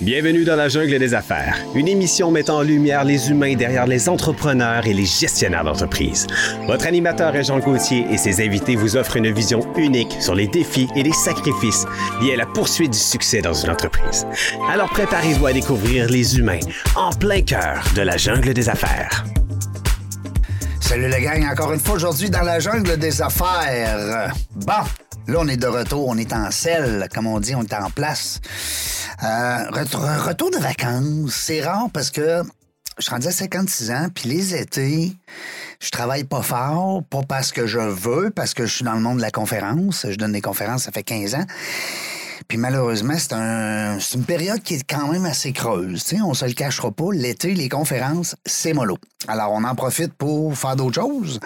Bienvenue dans la jungle des affaires, une émission mettant en lumière les humains derrière les entrepreneurs et les gestionnaires d'entreprise. Votre animateur est Jean Gauthier et ses invités vous offrent une vision unique sur les défis et les sacrifices liés à la poursuite du succès dans une entreprise. Alors préparez-vous à découvrir les humains en plein cœur de la jungle des affaires. Salut les gang, encore une fois aujourd'hui dans la jungle des affaires. Bon, là on est de retour, on est en selle, comme on dit, on est en place. Euh, ret- retour de vacances, c'est rare parce que je suis rendu à 56 ans, puis les étés, je travaille pas fort, pas parce que je veux, parce que je suis dans le monde de la conférence, je donne des conférences, ça fait 15 ans. Puis malheureusement, c'est un, c'est une période qui est quand même assez creuse. tu sais, on se le cachera pas. L'été, les conférences, c'est mollo. Alors, on en profite pour faire d'autres choses.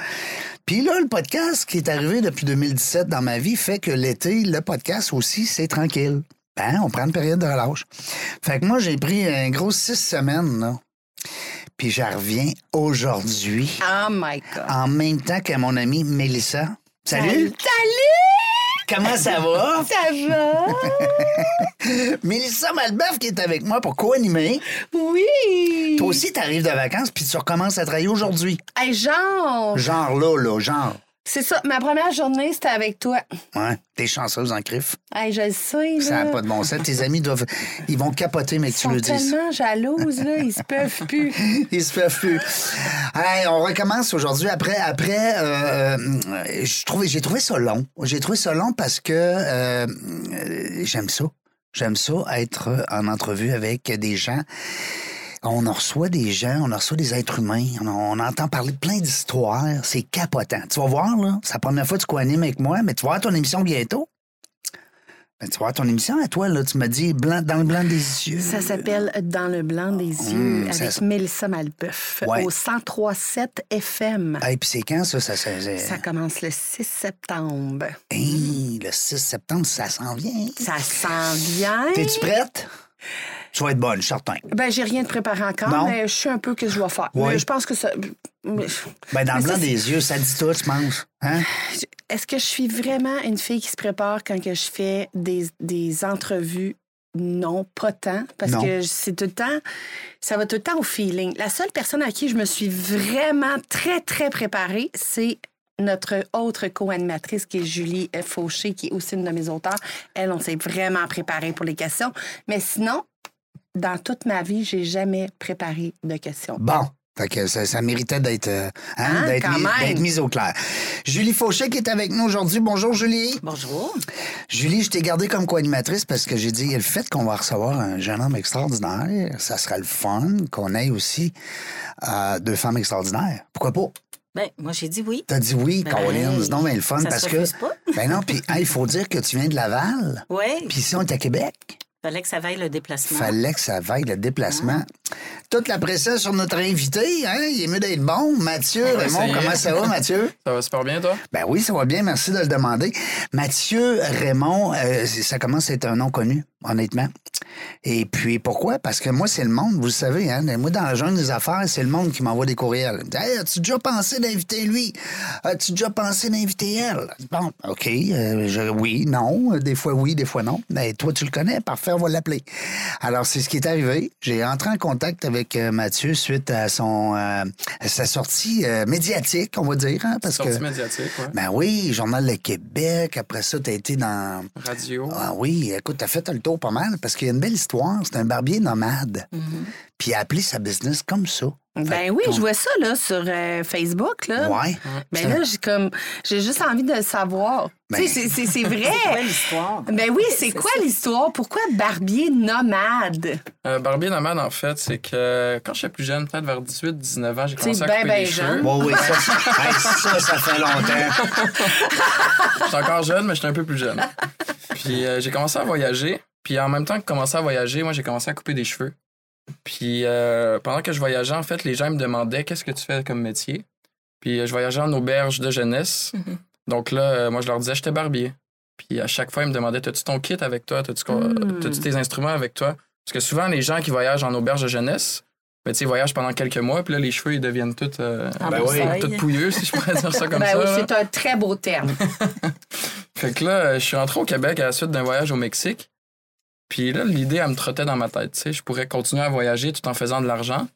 Puis là, le podcast qui est arrivé depuis 2017 dans ma vie fait que l'été, le podcast aussi, c'est tranquille. Ben, on prend une période de relâche. Fait que moi, j'ai pris un gros six semaines, là. Puis j'en reviens aujourd'hui, Oh my God. en même temps que mon amie Mélissa. Salut! Salut! Comment ça va? Ça va? Mélissa Malbeuf qui est avec moi pour co-animer. Oui! Toi aussi, t'arrives de vacances puis tu recommences à travailler aujourd'hui. Hey, genre, Genre là, là, genre. c'est ça, ma première journée, c'était avec toi. Ouais, t'es chanceuse en crif. Hey, je le sais, là. Ça n'a pas de bon sens. Tes amis doivent. Ils vont capoter, mais que Ils tu sont le dises. tellement jalouses, là, ils se peuvent plus. Il se fait plus. Hey, on recommence aujourd'hui. Après, après, euh, euh, je trouvais- j'ai trouvé ça long. J'ai trouvé ça long parce que euh, euh, j'aime ça. J'aime ça être en entrevue avec des gens. On en reçoit des gens, on en reçoit des êtres humains, on, on entend parler plein d'histoires, c'est capotant. Tu vas voir, là, c'est la première fois que tu co-animes avec moi, mais tu vas voir ton émission bientôt. Ben, tu vas voir ton émission à toi, là, tu m'as dit blanc, dans le blanc des yeux. Ça s'appelle Dans le blanc des yeux Mmh, ça avec se- Mélissa Malbeuf Ouais. au 1037 FM. Hey, puis c'est quand ça? ça, ça, ça- Ça commence le 6 septembre. Hey, le 6 septembre, ça s'en vient. Ça s'en vient. T'es-tu prête? Tu vas être bonne, je suis certain. Ben, j'ai rien de préparé encore, Non. mais je sais un peu que je vais faire. Ouais. Mais je pense que ça. Ben, dans le Mais blanc ça, des yeux, ça dit tout, je pense. Hein? Est-ce que je suis vraiment une fille qui se prépare quand que je fais des, des entrevues? Non, pas tant, parce Non. que c'est tout le temps, ça va tout le temps au feeling. La seule personne à qui je me suis vraiment très, très préparée, c'est notre autre co-animatrice qui est Julie Fauché, qui est aussi une de mes auteurs. Elle, on s'est vraiment préparé pour les questions. Mais sinon, dans toute ma vie, j'ai jamais préparé de questions. Bon. Fait que ça, ça méritait d'être euh, hein, Hein, d'être quand mis- même. d'être mise au clair. Julie Fauché qui est avec nous aujourd'hui. Bonjour, Julie. Bonjour. Julie, je t'ai gardée comme co-animatrice parce que j'ai dit le fait qu'on va recevoir un jeune homme extraordinaire, ça sera le fun qu'on ait aussi euh, deux femmes extraordinaires. Pourquoi pas? Ben, moi, j'ai dit oui. T'as dit oui, Ben, Caroline. C'est donc bien le fun ça se parce refuse que. pas. Ben non, puis hey, il faut dire que tu viens de Laval. Oui, Puis si on est à Québec, fallait que ça vaille le déplacement. fallait que ça vaille le déplacement. Toute la pression sur notre invité, hein? Il est mieux d'être bon. Mathieu, ça Raymond, y est. comment ça va, Mathieu? Ça va super bien, toi? Ben oui, ça va bien, merci de le demander. Mathieu, Raymond, euh, c'est- ça commence à être un nom connu, honnêtement. Et puis, pourquoi? Parce que moi, c'est le monde, vous le savez, hein? Moi, dans la jungle des affaires, c'est le monde qui m'envoie des courriels. Hey, as-tu déjà pensé d'inviter lui? As-tu déjà pensé d'inviter elle? Bon, OK, euh, je- oui, non. Des fois oui, des fois non. Mais toi, tu le connais, parfait, on va l'appeler. Alors, c'est ce qui est arrivé. J'ai entré en contact avec euh, Mathieu suite à son euh, à sa sortie euh, médiatique, on va dire, hein, parce Sortie que... médiatique, ouais. Ben oui, Journal de Québec. Après ça, t'as été dans. Radio. Ah oui, écoute, t'as fait le tour pas mal parce qu'il y a une belle histoire. C'est un barbier nomade. Mm-hmm. Puis il a appelé sa business comme ça. Ben oui, je vois ça là, sur euh, Facebook. Là. Ouais. Ben là, j'ai comme j'ai juste envie de le savoir. Ben- Tu sais, c'est- c'est c'est Quoi, vrai. l'histoire? Ben oui, c'est quoi l'histoire? Pourquoi Barbier nomade? Euh, Barbier Nomade, en fait, c'est que quand j'étais plus jeune, peut-être vers 18-19 ans, j'ai commencé à ben, couper ben les cheveux. jeune. Ouais, oui, ça, c'est- Hey, ça, ça fait longtemps. J'étais encore jeune, mais j'étais un peu plus jeune. Puis euh, j'ai commencé à voyager. Puis en même temps que commencer à voyager, moi, j'ai commencé à couper des cheveux. Puis euh, pendant que je voyageais, en fait, les gens me demandaient qu'est-ce que tu fais comme métier. Puis euh, je voyageais en auberge de jeunesse. Mm-hmm. Mhm. Donc là, euh, moi, je leur disais, j'étais barbier. Puis à chaque fois, ils me demandaient, t'as-tu ton kit avec toi? T'as-tu quoi- euh, Mm. t'as-tu tes instruments avec toi? Parce que souvent, les gens qui voyagent en auberge de jeunesse, ben, tu sais, ils voyagent pendant quelques mois, puis là, les cheveux, ils deviennent tout, euh, Ah, ben bon, oui, ça. tout pouilleux, si je pourrais dire ça comme ben ça. oui, là. c'est un très beau terme. Fait que là, euh, je suis rentré au Québec à la suite d'un voyage au Mexique. Puis là, l'idée, elle me trottait dans ma tête. Tu sais, je pourrais continuer à voyager tout en faisant de l'argent.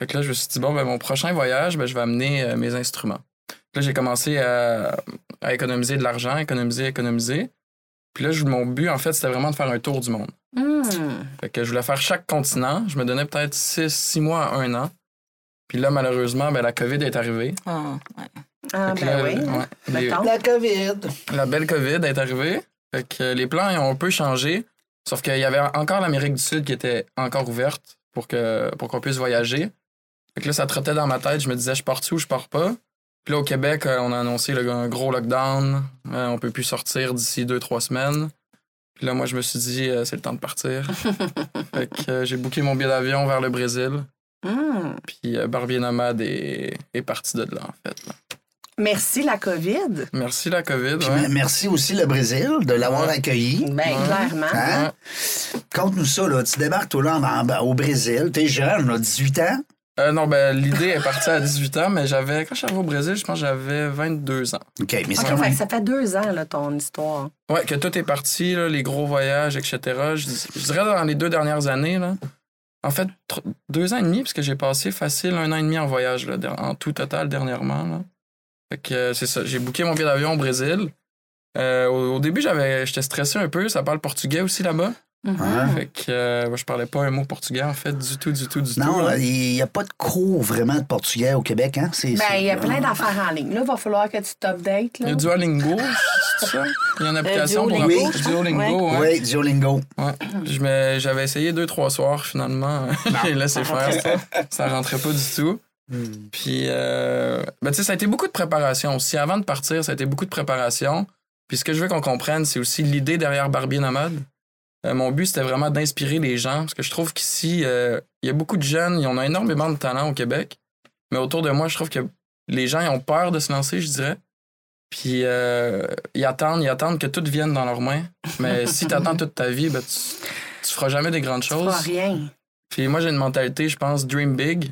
Fait que là, je me suis dit, bon, ben, mon prochain voyage, ben, je vais amener euh, mes instruments. Puis là, j'ai commencé à, à économiser de l'argent, économiser, économiser. Puis là, je- mon but, en fait, c'était vraiment de faire un tour du monde. Hmm. Fait que je voulais faire chaque continent. Je me donnais peut-être 6 six mois à un an. Puis là, malheureusement, ben, la COVID est arrivée. Ah, ouais. Ah, Fait que ben là, oui. ouais, les- Mettons. La COVID. la belle COVID est arrivée. Fait que euh, les plans ils ont un peu changé. Sauf qu'il y avait encore l'Amérique du Sud qui était encore ouverte pour que pour qu'on puisse voyager. Fait que là, ça trottait dans ma tête. Je me disais, je pars-tu ou je pars pas? Puis là, au Québec, euh, on a annoncé le, un gros lockdown. Euh, on peut plus sortir d'ici deux, trois semaines. Puis là, moi, je me suis dit, euh, c'est le temps de partir. fait que euh, j'ai booké mon billet d'avion vers le Brésil. Hmm. Puis euh, Barbier Nomade est, est parti de là, en fait. Merci la COVID. Merci la COVID. Puis ouais. m- merci aussi le Brésil de l'avoir accueilli. Ben, Ouais. clairement. Hein? Conte-nous ça, là. Tu débarques, toi, là, en- en- au Brésil. T'es jeune, là, 18 ans. Euh, non, ben, l'idée est partie à 18 ans, mais j'avais, quand je suis arrivé au Brésil, je pense que j'avais 22 ans. OK, mais c'est Ok, quand fait même... que ça fait deux ans, là, ton histoire. Ouais, que tout est parti, là, les gros voyages, etc. Je, dis- je dirais dans les deux dernières années, là. En fait, tr- deux ans et demi, parce que j'ai passé facile un an et demi en voyage, là, der- en tout total dernièrement, là. Fait que euh, c'est ça, j'ai booké mon billet d'avion au Brésil. Euh, au, au début, j'avais, j'étais stressé un peu, ça parle portugais aussi là-bas. Hein? Fait que euh, moi, je parlais pas un mot portugais, en fait, du tout, du tout, du tout. Non, euh, là. il n'y a pas de cours vraiment de portugais au Québec, hein? C'est- Ben, c'est- il y a plein d'affaires en ligne. Là, il va falloir que tu t'updates. Il y là. a Duolingo, c'est ça? Il y a une application pour Duolingo, apprendre- je pense. Duolingo, ouais. Oui, Duolingo. Ouais. Je me- J'avais essayé deux, trois soirs, finalement. J'ai ça laissé faire. rentrait Ça- Ça rentrait pas du tout. Mm. Puis, euh, ben, tu sais, ça a été beaucoup de préparation aussi. Avant de partir, ça a été beaucoup de préparation. Puis, ce que je veux qu'on comprenne, c'est aussi l'idée derrière Barbier Nomade. Euh, mon but, c'était vraiment d'inspirer les gens. Parce que je trouve qu'ici, euh, il y a beaucoup de jeunes, on a énormément de talent au Québec. Mais autour de moi, je trouve que les gens, ils ont peur de se lancer, je dirais. Puis, euh, ils attendent, ils attendent que tout vienne dans leurs mains. Mais si tu attends toute ta vie, ben, tu, tu feras jamais des grandes Tu feras choses. rien. Puis moi, j'ai une mentalité, je pense, dream big.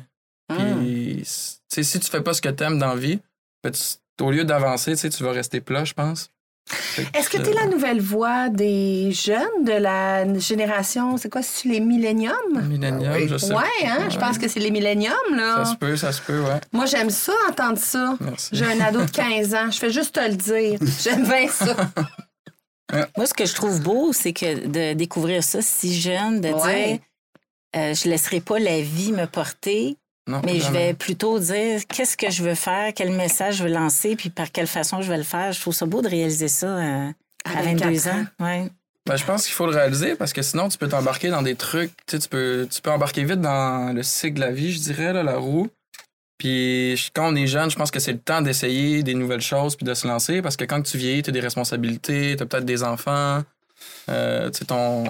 Hmm. Puis, tu sais, si tu fais pas ce que t'aimes dans la vie, ben, tu- au lieu d'avancer, tu sais, tu vas rester plat, je pense. Fait Est-ce que euh, tu es la nouvelle voix des jeunes de la génération, c'est quoi, c'est les milléniums? Millennium, Ah oui. je sais. Ouais, hein, je Ouais. pense que c'est les milléniums, là. Ça se peut, ça se peut, ouais. Moi, j'aime ça, entendre ça. Merci. J'ai un ado de 15 ans, je fais juste te le dire. J'aime bien ça. Moi, ce que je trouve beau, c'est que de découvrir ça si jeune, de Ouais. dire euh, je laisserai pas la vie me porter, Non, mais je jamais. vais plutôt dire qu'est-ce que je veux faire, quel message je veux lancer, puis par quelle façon je vais le faire. Je trouve ça beau de réaliser ça euh, à, 22 24 ans. Ouais. Ben, je pense qu'il faut le réaliser parce que sinon, tu peux t'embarquer dans des trucs. Tu, sais, tu, peux, tu peux embarquer vite dans le cycle de la vie, je dirais, là, la roue. Puis je- quand on est jeune, je pense que c'est le temps d'essayer des nouvelles choses puis de se lancer parce que quand tu vieillis, tu as des responsabilités, tu as peut-être des enfants. Euh, tu sais, ton...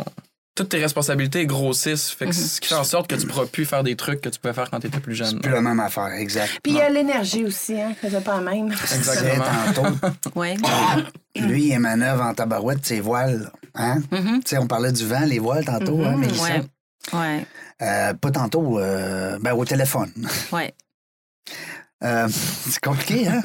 Toutes tes responsabilités grossissent. Fait que Ce qui fait en sorte que tu pourras plus faire des trucs que tu pouvais faire quand tu étais plus jeune. C'est plus la même affaire, exact. Puis il y a l'énergie aussi, hein, que j'ai pas la même. C'est Exactement. tantôt. Ouais. Lui, il manœuvre en tabarouette ses voiles. Hein? Mhm. Tu sais, on parlait du vent, les voiles tantôt, hein, Mhm. Mélissa? Ouais. Ouais. Euh, pas tantôt, euh, ben, au téléphone. Ouais. Euh, c'est compliqué, hein?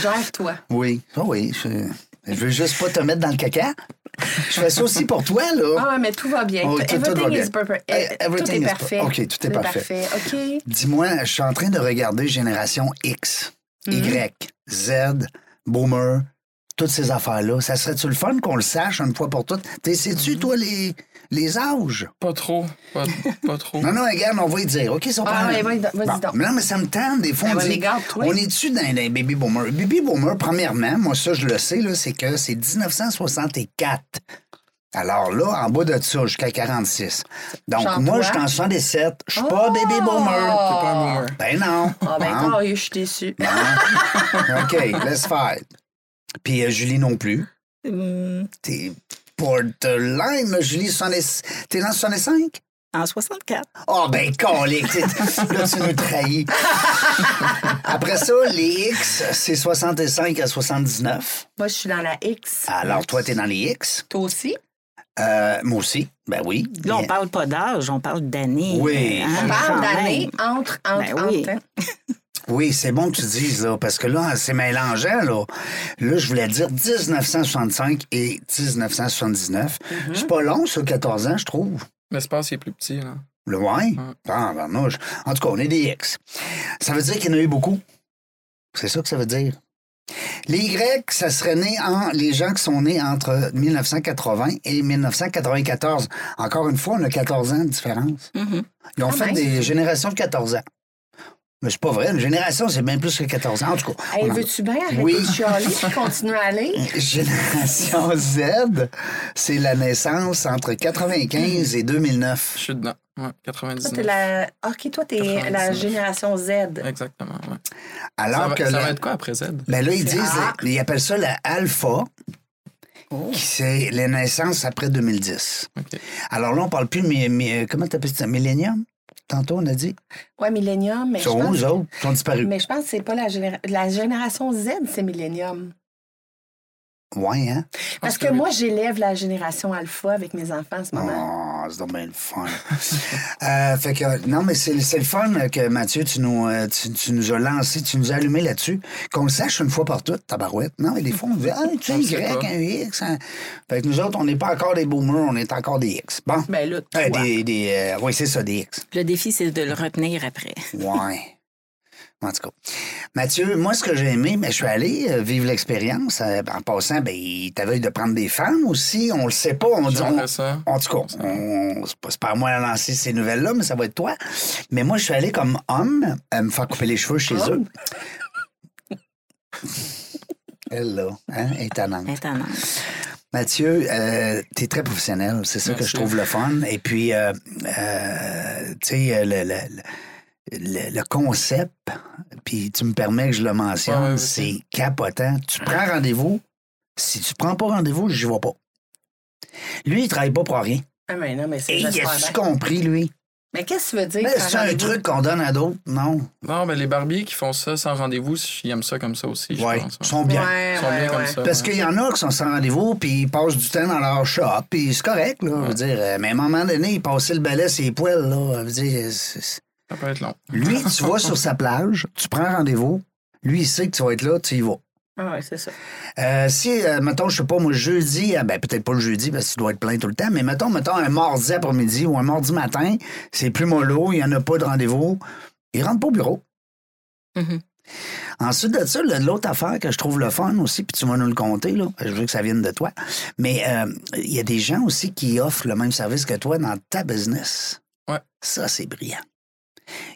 Gère-toi. Oui. Ah oui. Je, je veux juste pas te mettre dans le caca. Je fais ça aussi pour toi, là. Ah ouais, mais tout va bien. Oh, tout- tout va everything bien. is perfect. Hey, everything tout is est per- parfait. OK, tout est parfait. OK. Dis-moi, je suis en train de regarder Génération X, Y, Z, Boomer, toutes ces affaires-là. Ça serait-tu le fun qu'on le sache une fois pour toutes? T'es sais-tu, toi, les, les âges? Pas trop. Pas, pas trop. Non, non, regarde, on va y dire. OK, ça Ah, ouais, vas-y donc, vas-y donc. Non, mais ça me tente, des fois, Ben, on ben, dit, regarde-toi. on est-tu dans les baby boomers? Baby boomers, premièrement, moi, ça, je le sais, là, c'est que c'est 1964. Alors là, en bas de ça, jusqu'à 46. Donc, Jean-Toi? moi, je suis en 67. Je suis pas Oh! baby boomer. T'es pas un boomer. Ben non. Ah, ben, Bon. tant mieux, je suis déçue. Bon. OK, laisse faire. Puis euh, Julie non plus. Hmm. T'es borderline, là, Julie. 70 T'es dans 65? En 64. Oh ben colique, t'sais, là tu nous trahis. Après ça, les X, c'est 65 à 79. Moi, je suis dans la X. Alors toi, t'es dans les X. Toi aussi? Euh, moi aussi, ben oui. Là, on Bien. parle pas d'âge, on parle d'années. Oui. Hein, On parle quand même. d'années entre, entre, Ben oui. entre, hein. Oui, c'est bon que tu dises, là, parce que là, c'est mélangeant, là. Là, je voulais dire 1965 et 1979. Mhm. C'est pas long, ça, 14 ans, je trouve. L'espace il est plus petit, là. Le ouais. Mm. Ah, barnouche. En tout cas, on est des X. Ça veut dire qu'il y en a eu beaucoup. C'est ça que ça veut dire. Les Y, ça serait né en. Les gens qui sont nés entre 1980 et 1994. Encore une fois, on a 14 ans de différence. Mhm. Ils ont Ah, fait nice. des générations de 14 ans. Mais c'est pas vrai. Une génération, c'est bien plus que 14 ans. En tout cas, Hey, on en- veux-tu bien arrêter Oui. de chialer puis continuer à aller? Génération Z, c'est la naissance entre Mm. 95 et 2009. Je suis dedans. Ouais, Toi, t'es 99. la... OK, toi, t'es la 99. génération Z. Exactement, ouais. ça, Alors va, que ça la- va être quoi après Z? ben là, ils disent, Ah. ils appellent ça la alpha, Oh. qui c'est les naissances après 2010. OK. Alors là, on parle plus de mi- mi- comment t'appelles ça, millénium? Tantôt, on a dit. Ouais, Millennium. Mais Ils Ben, je sont où, pense, eux autres? Ils sont disparus. mais je pense que c'est pas la, généra- la génération Z, c'est Millennium. Ah, Ouais, hein? Parce que moi, j'élève la génération alpha avec mes enfants en ce moment. Oh, c'est donc bien le fun. Euh, fait que, non, mais c'est c'est le fun que Mathieu, tu nous, euh, tu, tu nous as lancé, tu nous as allumé là-dessus. Qu'on le sache une fois par toutes, tabarouette. Non, mais des fois, on dit, ah, tu es On Y, sait pas. un X. hein. Fait que nous autres, on n'est pas encore des boomers, on est encore des X. Bon. Ben là, toi. Euh, des, des, euh, oui, c'est ça, des X. Le défi, c'est de le retenir après. Ouais. En tout cas, Mathieu, moi, ce que j'ai aimé, mais je suis allé euh, vivre l'expérience. euh, en passant, ben, il t'avait de prendre des femmes aussi. On le sait pas. On dit, on- J'aimerais ça. en tout cas, on- c'est pas- c'est pas à moi à lancer ces nouvelles-là, mais ça va être toi. Mais moi, je suis allé comme homme euh, me faire couper les cheveux chez eux. Elle, là, hein, étonnante. Maintenant. Mathieu, euh, t'es très professionnel, c'est ça que Merci. je trouve le fun. Et puis, euh, euh, tu sais, euh, le, le- le- le concept, puis tu me permets que je le mentionne, Ouais, ouais, c'est capotant. Tu prends rendez-vous, si tu prends pas rendez-vous, j'y vais pas. Lui, il travaille pas pour rien. Ah, mais non, mais c'est Et il j'espère bien. a-tu compris, lui? Mais qu'est-ce que tu veux dire? Ben, par c'est un rendez-vous? truc qu'on donne à d'autres, non? Non, mais les barbiers qui font ça sans rendez-vous, ils aiment ça comme ça aussi, je Ouais, pense. ils ouais. sont bien. Ouais, Ils sont ouais, bien comme ouais. ça. Parce ouais. qu'il y en a qui sont sans rendez-vous, puis ils passent du temps dans leur shop, puis c'est correct, là. Je veux dire, euh, mais à un moment donné, ils passaient le balai sur les poils, là. Je veux dire, c'est- c'est- Ça peut être long. lui, tu vas sur sa plage, tu prends rendez-vous, lui, il sait que tu vas être là, tu y vas. Ah, ouais, c'est ça. Euh, si, euh, mettons, je sais pas, moi, jeudi, ah, ben peut-être pas le jeudi parce que tu dois être plein tout le temps, mais mettons, mettons, un mardi après-midi ou un mardi matin, c'est plus mollo, il n'y en a pas de rendez-vous, il rentre pas au bureau. Mhm. Ensuite de ça, là, l'autre affaire que je trouve le fun aussi, puis tu vas nous le compter, là, je veux que ça vienne de toi, mais euh, il y a des gens aussi qui offrent le même service que toi dans ta business. Ouais. Ça, c'est brillant.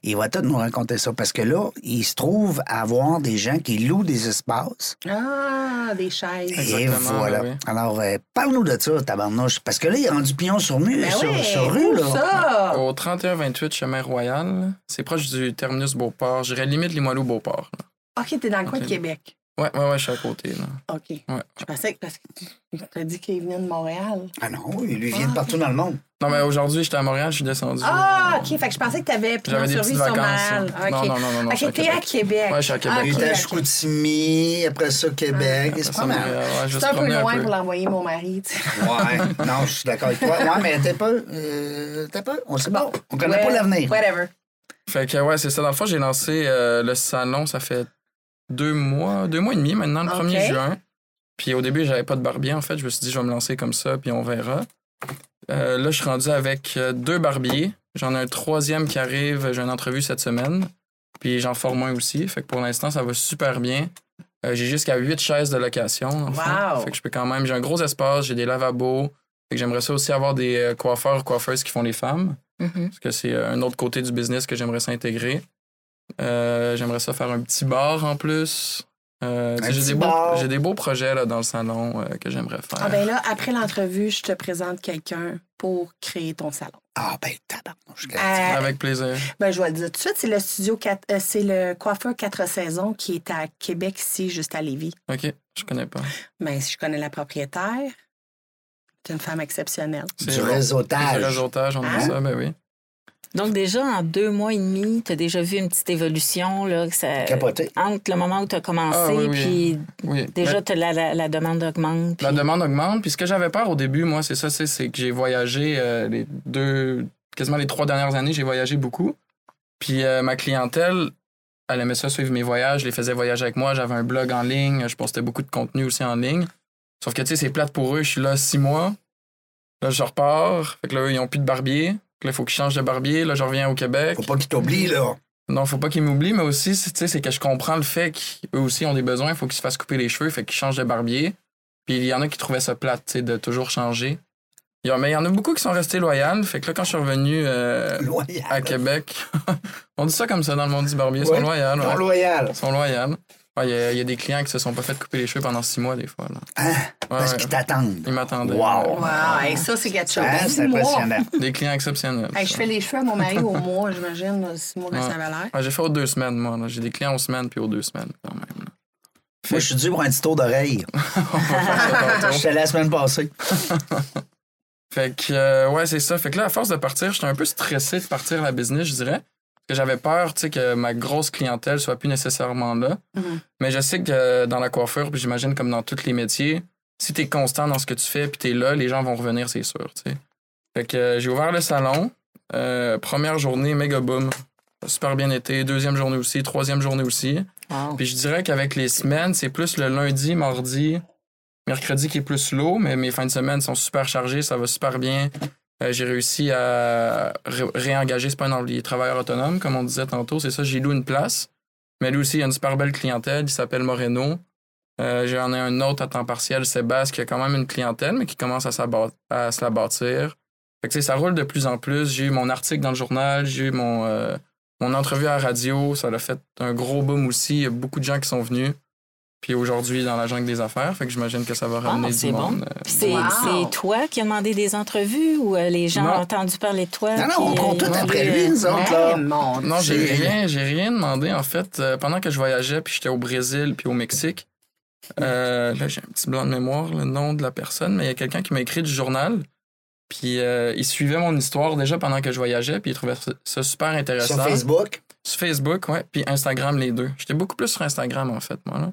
Il va tout nous raconter ça parce que là, il se trouve à avoir des gens qui louent des espaces Ah, des chaises. et Exactement, voilà. ben oui. Alors, euh, parle-nous de ça, tabarnouche. Parce que là, il est rendu pignon sur mur, Ben sur, ouais, sur rue, où là. ça? Au 31-28 chemin Royal, c'est proche du terminus Beauport. J'irais limite Limoilou Beauport. là. OK, t'es dans le coin de Ok. Québec. Ouais, ouais, ouais, je suis à côté. Là. OK. Ouais. Je pensais que parce que tu t'as dit qu'il venait de Montréal. Ah non, il lui vient de partout dans le monde. Non, mais aujourd'hui, j'étais à Montréal, je suis descendu. Ah, OK. Fait que je pensais que t'avais pris J'avais des sur petites vie sur vacances. Montréal. là. Non, OK. non, non, non, non. je suis OK, t'es à Québec. Ouais, je suis à Québec. Ah, Il ok, était à ok. Chicoutimi, après ça, Québec. Ah, Après c'est ça, pas Montréal, mal. ouais, je C'est un se peu promenais loin pour l'envoyer mon mari. tu sais. Ouais, non, je suis d'accord avec toi. Ouais, mais t'es pas. Euh, t'es pas. On sait pas. On connaît pas Ouais, l'avenir. Whatever. Fait que ouais, c'est ça. Dans le fond, j'ai lancé euh, le salon, ça fait deux mois, deux mois et demi maintenant, le Ok. 1er juin. Puis au début, j'avais pas de barbier, en fait. Je me suis dit, je vais me lancer comme ça, puis on verra. Euh, là, je suis rendu avec euh, deux barbiers. J'en ai un troisième qui arrive. J'ai une entrevue cette semaine. Puis j'en forme un aussi. Fait que pour l'instant, ça va super bien. Euh, j'ai jusqu'à huit chaises de location. dans le fond. Wow. Fait que je peux quand même. J'ai un gros espace, j'ai des lavabos. Fait que j'aimerais ça aussi avoir des euh, coiffeurs ou coiffeuses qui font les femmes Mhm. parce que c'est euh, un autre côté du business que j'aimerais s'intégrer. Euh, j'aimerais ça faire un petit bar en plus. Euh, tu Un sais, petit j'ai, des bar. beaux, j'ai des beaux projets là, dans le salon euh, que j'aimerais faire. Ah, ben là, après l'entrevue, je te présente quelqu'un pour créer ton salon. Ah, ben, tabarnouche. Euh, Avec plaisir. ben, je vais le dire tout de suite, c'est le studio, quatre- euh, c'est le coiffeur 4 saisons qui est à Québec, ici, juste à Lévis. OK, je connais pas. Mais si je connais la propriétaire, c'est une femme exceptionnelle. Du bon. Du réseautage. réseautage, on dit Hein? ça, ben oui. Donc, déjà, en deux mois et demi, tu as déjà vu une petite évolution. Là, que ça- Capoté. Entre le moment où tu as commencé, Ah, oui, oui. puis oui. déjà, t'as la, la- la demande augmente. La puis- demande augmente. Puis ce que j'avais peur au début, moi, c'est ça, c'est, c'est que j'ai voyagé euh, les deux, quasiment les trois dernières années, j'ai voyagé beaucoup. Puis euh, ma clientèle, Elle aimait ça suivre mes voyages, je les faisais voyager avec moi, j'avais un blog en ligne, je postais beaucoup de contenu aussi en ligne. Sauf que, tu sais, c'est plate pour eux, je suis là six mois, là, je repars, fait que là, eux, ils ont plus de barbier, Fait que là, il faut qu'ils changent de barbier, là, je reviens au Québec. Faut pas qu'ils t'oublient, là. Non, faut pas qu'ils m'oublient, mais aussi, c'est tu sais, c'est que je comprends le fait qu'eux aussi ont des besoins, il faut qu'ils se fassent couper les cheveux, fait qu'ils changent de barbier. Puis il y en a qui trouvaient ça plate, tu sais, de toujours changer. Il y en- mais il y en a beaucoup qui sont restés loyales, fait que là, quand je suis revenu euh, Loyal. à Québec, on dit ça comme ça dans le monde du barbier, ils sont Ouais, loyales. Ils ouais. sont loyales. Ils sont loyales. Ouais, Il y a- il y, a des clients qui se sont pas fait couper les cheveux pendant six mois, des fois. là. Hein? Ouais, Parce ouais. qu'ils t'attendent. Ils m'attendaient. Wow. Wow, hey, ça, Ah. c'est quelque chose. Hein, Six c'est mois. impressionnant. Des clients exceptionnels. Hey, je ça. fais les cheveux à mon mari au mois, j'imagine, là, six mois que ça avait l'air. Ouais, J'ai fait aux deux semaines, moi. là. J'ai des clients aux semaines puis aux deux semaines, quand même. là. Moi, je suis dû pour un petit tour d'oreille. On va faire ça Je tantôt. suis allé la semaine passée. Fait que, euh, ouais, c'est ça. Fait que là, à force de partir, j'étais un peu stressé de partir la business, je dirais. Parce que j'avais peur, tu sais, que ma grosse clientèle soit plus nécessairement là. Mhm. Mais je sais que euh, dans la coiffure, puis j'imagine comme dans tous les métiers, si t'es constant dans ce que tu fais puis t'es là, les gens vont revenir, c'est sûr, tu sais. Fait que euh, j'ai ouvert le salon. Euh, première journée, méga boom. Super bien été. Deuxième journée aussi. Troisième journée aussi. Wow. Puis je dirais qu'avec les semaines, c'est plus le lundi, mardi, mercredi qui est plus low, mais mes fins de semaine sont super chargées, ça va super bien. Euh, j'ai réussi à ré- réengager, c'est pas un employé, travailleur autonome, comme on disait tantôt, c'est ça, j'ai loué une place. Mais lui aussi, il a une super belle clientèle, il s'appelle Moreno. Euh, J'en ai un autre à temps partiel, Sébastien, qui a quand même une clientèle, mais qui commence à, s'abat- à se la bâtir. Fait que, tu sais, ça roule de plus en plus. J'ai eu mon article dans le journal, j'ai eu mon, euh, mon entrevue à la radio, ça l'a fait un gros boom aussi. Il y a beaucoup de gens qui sont venus. Puis aujourd'hui, dans la jungle des affaires, fait que j'imagine que ça va ramener Ah, c'est du bon. monde. euh, Puis c'est Wow. c'est toi qui as demandé des entrevues ou euh, les gens Non. ont entendu parler de toi? Non, non, puis, on euh, compte ils tout ont après voulu, lui, euh, nous autres, là. mon Non, j'ai C'est- rien, j'ai rien demandé en fait. Euh, pendant que je voyageais, puis j'étais au Brésil, puis au Mexique. euh, là, j'ai un petit blanc de mémoire, le nom de la personne, mais il y a quelqu'un qui m'a écrit du journal. Puis euh, il suivait mon histoire déjà pendant que je voyageais, puis il trouvait ça- ça super intéressant. Sur Facebook. Sur Facebook, ouais, puis Instagram les deux. J'étais beaucoup plus sur Instagram en fait, moi. Là.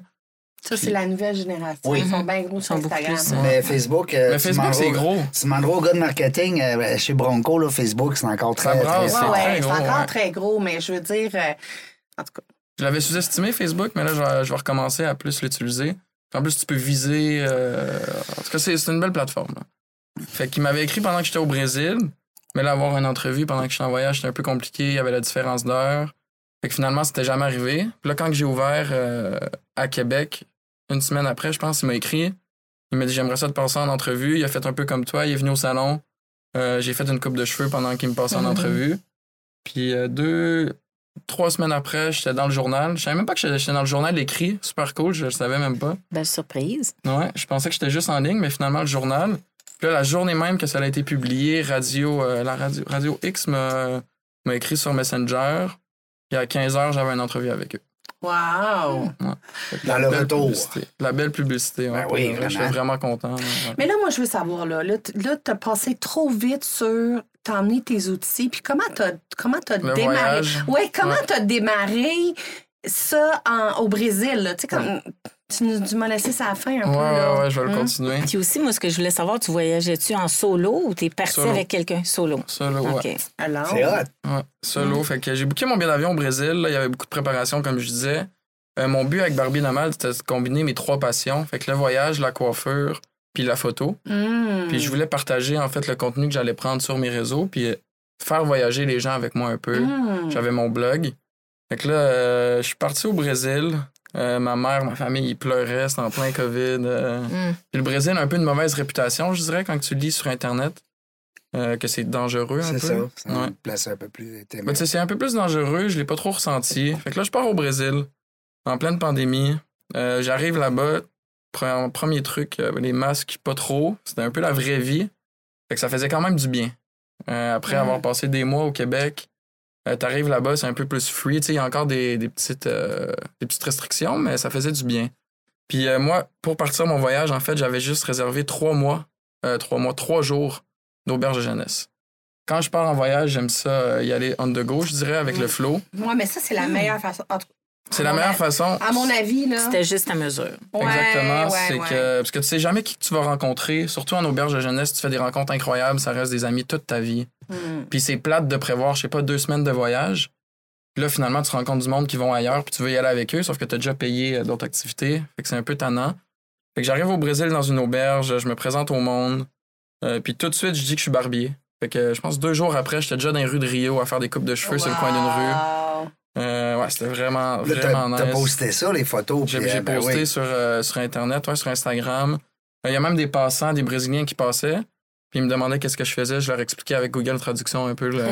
Ça, c'est la nouvelle génération. Oui. Ils sont Mhm. bien gros sur Ils sont beaucoup Instagram. plus, euh, Mais Facebook. euh, Mais tu Facebook, demanderas- c'est gros. Tu demanderas au gars de marketing euh, chez Bronco, là, Facebook, c'est encore Ça très. brasse, très- euh, Ouais, c'est très ouais, c'est gros, encore ouais. très gros, mais je veux dire, euh, en tout cas, Je l'avais sous-estimé Facebook, mais là, je vais, je vais recommencer à plus l'utiliser. En plus, tu peux viser. euh, En tout cas, c'est c'est une belle plateforme. là. Fait qu'il m'avait écrit pendant que j'étais au Brésil, mais là, avoir une entrevue pendant que j'étais en voyage, c'était un peu compliqué. Il y avait la différence d'heure. Fait que finalement, c'était jamais arrivé. Puis là, quand j'ai ouvert euh, à Québec, une semaine après, je pense, il m'a écrit. Il m'a dit J'aimerais ça te passer en entrevue. Il a fait un peu comme toi. Il est venu au salon. Euh, j'ai fait une coupe de cheveux pendant qu'il me passait en Mhm. entrevue. Puis euh, deux, trois semaines après, j'étais dans le journal. Je savais même pas que j'étais j'étais dans le journal écrit. Super cool, je le savais même pas. euh, Belle surprise. Ouais, je pensais que j'étais juste en ligne, mais finalement, le journal. Puis là, la journée même que ça a été publié, Radio, euh, la radio, radio X m'a m'a écrit sur Messenger. Puis à 15h, j'avais une entrevue avec eux. wow! Fait que Dans la le belle retour. publicité. La belle publicité. ouais, Ben pour oui, de vrai, vraiment. J'étais vraiment content. ouais. Mais là, moi, je veux savoir, là, là, t- là t'as passé trop vite sur t'emmener tes outils, puis comment t'as comment t'as Le démarré? voyage. Ouais, comment Ouais. t'as démarré ça en- au Brésil, là? Tu sais, comme, tu, nous- tu m'as laissé ça à la fin un peu, Ouais, là. ouais, ouais, je vais le Hum. continuer. Puis aussi, moi, ce que je voulais savoir, tu voyageais-tu en solo ou t'es parti Solo. avec quelqu'un solo? Solo, ouais. OK. Alors, C'est hot. Ouais, solo. Fait que j'ai booké mon billet d'avion au Brésil. là. Il y avait beaucoup de préparation, comme je disais. Euh, mon but avec Barbie Nomade, c'était de combiner mes trois passions. Fait que le voyage, la coiffure, puis la photo. hmm. Puis je voulais partager, en fait, le contenu que j'allais prendre sur mes réseaux, puis euh, faire voyager les gens avec moi un peu. Hmm. J'avais mon blog. Fait que là, euh, je suis parti au Brésil. Euh, ma mère, ma famille, ils pleuraient, c'était en plein COVID. euh. Mm. Puis le Brésil a un peu une mauvaise réputation, je dirais, quand tu lis sur Internet, euh, que c'est dangereux un peu. C'est ça. C'est Ouais. une place un peu plus. Ben, tu sais, c'est un peu plus dangereux, je l'ai pas trop ressenti. Fait que là, je pars au Brésil, en pleine pandémie. Euh, J'arrive là-bas, pre- premier truc, euh, les masques, pas trop. C'était un peu la vraie vie. Fait que ça faisait quand même du bien. Euh, après Mhm. avoir passé des mois au Québec, euh, t'arrives là-bas, c'est un peu plus free. Tu sais, il y a encore des, des petites, euh, des petites restrictions, mais ça faisait du bien. Puis euh, moi, pour partir mon voyage, en fait, j'avais juste réservé trois mois, euh, trois mois, trois jours d'auberge de jeunesse. Quand je pars en voyage, j'aime ça euh, y aller on the go, je dirais, avec le flow. Ouais, mais ça, c'est Hmm. la meilleure façon. en tout- C'est À la mon meilleure avis- façon. À mon avis, là. C'était juste à mesure. Ouais, Exactement, ouais, c'est ouais. que parce que tu sais jamais qui que tu vas rencontrer, surtout en auberge de jeunesse, tu fais des rencontres incroyables, ça reste des amis toute ta vie. Hmm. Puis c'est plate de prévoir, je sais pas, deux semaines de voyage. Puis là, finalement, tu rencontres du monde qui vont ailleurs, puis tu veux y aller avec eux, sauf que tu as déjà payé euh, d'autres activités. Fait que c'est un peu tannant. Fait que j'arrive au Brésil dans une auberge, je me présente au monde, euh, puis tout de suite, je dis que je suis barbier. Fait que euh, je pense deux jours après, j'étais déjà dans les rues de Rio à faire des coupes de cheveux sur le coin d'une rue. Hmm. Wow. Euh, ouais, c'était vraiment, Là, t'as, vraiment t'as nice. posté ça, les photos. J'ai puis, j'ai euh, ben posté oui. sur, euh, sur Internet, ouais, sur Instagram. Euh, Il y a même des passants, des Brésiliens qui passaient. Puis ils me demandaient qu'est-ce que je faisais. Je leur expliquais avec Google Traduction un peu le,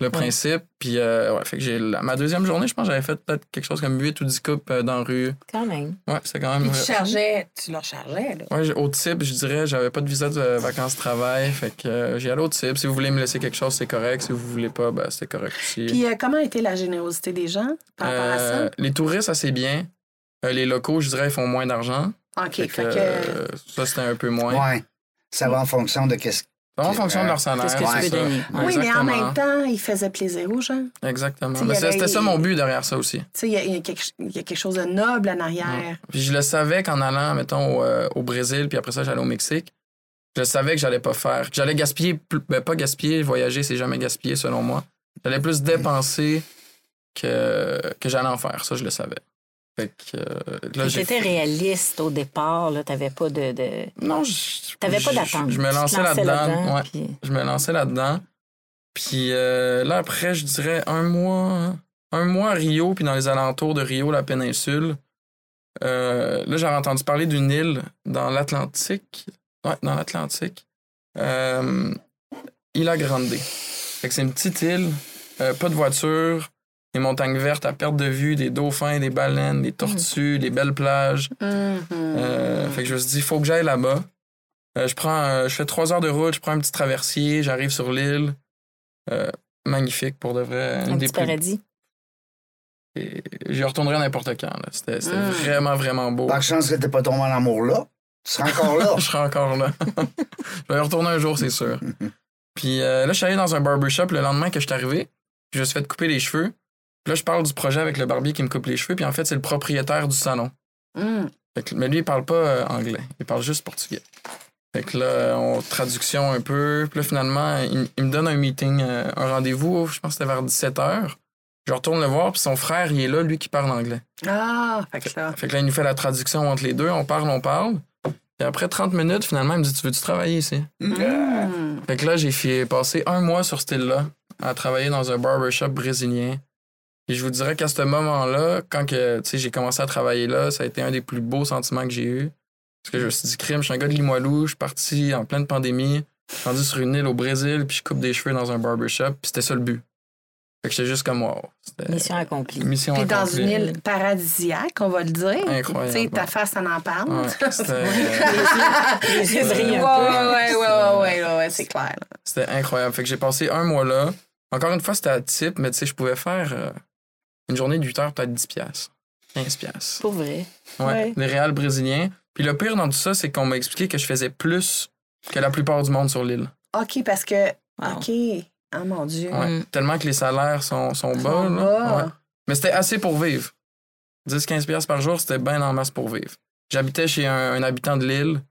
le principe. Puis euh, ouais, fait que j'ai la- ma deuxième journée, je pense que j'avais fait peut-être quelque chose comme 8 ou 10 coupes euh, dans la rue. Quand même. Ouais, c'est quand même. euh, Puis tu chargeais, tu leur chargeais, là. Ouais, j'ai- au type, je dirais, j'avais pas de visa de vacances-travail. Fait que euh, j'y allais au type. Si vous voulez me laisser quelque chose, c'est correct. Si vous voulez pas, ben, c'est correct aussi. Puis euh, comment était la générosité des gens par rapport à Euh, ça? les touristes, assez bien. Euh, les locaux, je dirais, ils font moins d'argent. OK, fait, que, que... euh, ça, c'était un peu moins. Ouais. Ça va en fonction de qu'est-ce C'est en Ok, fonction de euh, leur salaire. qu'est-ce que tu c'est veux ça. donner? Ouais, Oui, mais en exactement. même temps, il faisait plaisir aux gens. Exactement. Tu Mais y c'est- avais- C'était ça mon but derrière ça aussi. Tu sais, il y a- il y, a quelque- il y a quelque chose de noble en arrière. Puis je le savais qu'en allant, mettons, au, euh, au Brésil, puis après ça, j'allais au Mexique, je savais que j'allais pas faire. que J'allais gaspiller, plus- ben, pas gaspiller, voyager, c'est jamais gaspiller selon moi. J'allais plus dépenser que, que j'allais en faire. Ça, je le savais. Fait que, euh, là, Tu j'ai- étais réaliste au départ, là. T'avais pas de. de... Non, je. T'avais pas je- d'attente. Je me Tu te lançais lançais là-dedans. là-dedans, ouais. puis- je me lançais là-dedans. Puis euh, là, après, je dirais un mois, un mois à Rio, puis dans les alentours de Rio, la péninsule. Euh, là, j'avais entendu parler d'une île dans l'Atlantique. Ouais, dans l'Atlantique. Euh, Île Grande. Fait que c'est une petite île, euh, pas de voiture, des montagnes vertes à perte de vue, des dauphins, des baleines, Mmh. des tortues, des belles plages. Mhm. Euh, fait que je me suis dit, il faut que j'aille là-bas. Euh, je prends, euh, je fais trois heures de route, je prends un petit traversier, j'arrive sur l'île. Euh, magnifique pour de vrai. Une Un des petit plus- paradis. et J'y retournerai n'importe quand. là. C'était c'était Ah. Mm. vraiment, vraiment beau. Par chance que t'es pas tombé en amour là. Tu seras encore là. Je serai encore là. je vais y retourner un jour, c'est sûr. Puis euh, là, je suis allé dans un barbershop le lendemain que je suis arrivé. Puis je me suis fait couper les cheveux. Puis là, je parle du projet avec le barbier qui me coupe les cheveux. Puis en fait, c'est le propriétaire du salon. Mhm. Fait que- mais lui, il parle pas euh, anglais. Il parle juste portugais. Fait que là, on traduction un peu. Puis là, finalement, il, il me donne un meeting, euh, un rendez-vous, je pense que c'était vers 17h. Je retourne le voir, puis son frère, il est là, lui qui parle anglais. Ah, fait que là... Fait que là, il nous fait la traduction entre les deux. On parle, on parle. Puis après 30 minutes, finalement, il me dit Tu veux-tu travailler ici Mhm. Fait que là, j'ai fi- passé un mois sur ce là à travailler dans un barbershop brésilien. Et je vous dirais qu'à ce moment-là, quand que, tu sais, j'ai commencé à travailler là, ça a été un des plus beaux sentiments que j'ai eu. Parce que je me suis dit, crime, je suis un gars de Limoilou, je suis parti en pleine pandémie, rendu sur une île au Brésil, puis je coupe des cheveux dans un barbershop, puis c'était ça le but. Fait que j'étais juste comme, wow. c'était- Mission accomplie. Mission Puis dans accomplie. une île paradisiaque, on va le dire. Incroyable. Tu sais, ta face, ça en parle. Ouais, c'était- Les yeux Ouais, brillent ouais, un ouais, ouais, ouais, ouais, ouais, c'est clair. C'était incroyable. Fait que j'ai passé un mois là. Encore une fois, c'était à type, mais tu sais, je pouvais faire euh, une journée de 8 heures, peut-être 10 piastres, 15 peu. piastres. Pour vrai. Ouais, Ouais. les réals brésiliens. Puis le pire dans tout ça, c'est qu'on m'a expliqué que je faisais plus que la plupart du monde sur l'île. OK, parce que. Wow. OK. Oh mon Dieu. Ouais. Mm. Tellement que les salaires sont, sont Bon, bas. là. bah. Ouais. Mais c'était assez pour vivre. 10-15 piastres par jour, c'était bien en masse pour vivre. J'habitais chez un, un habitant de l'île.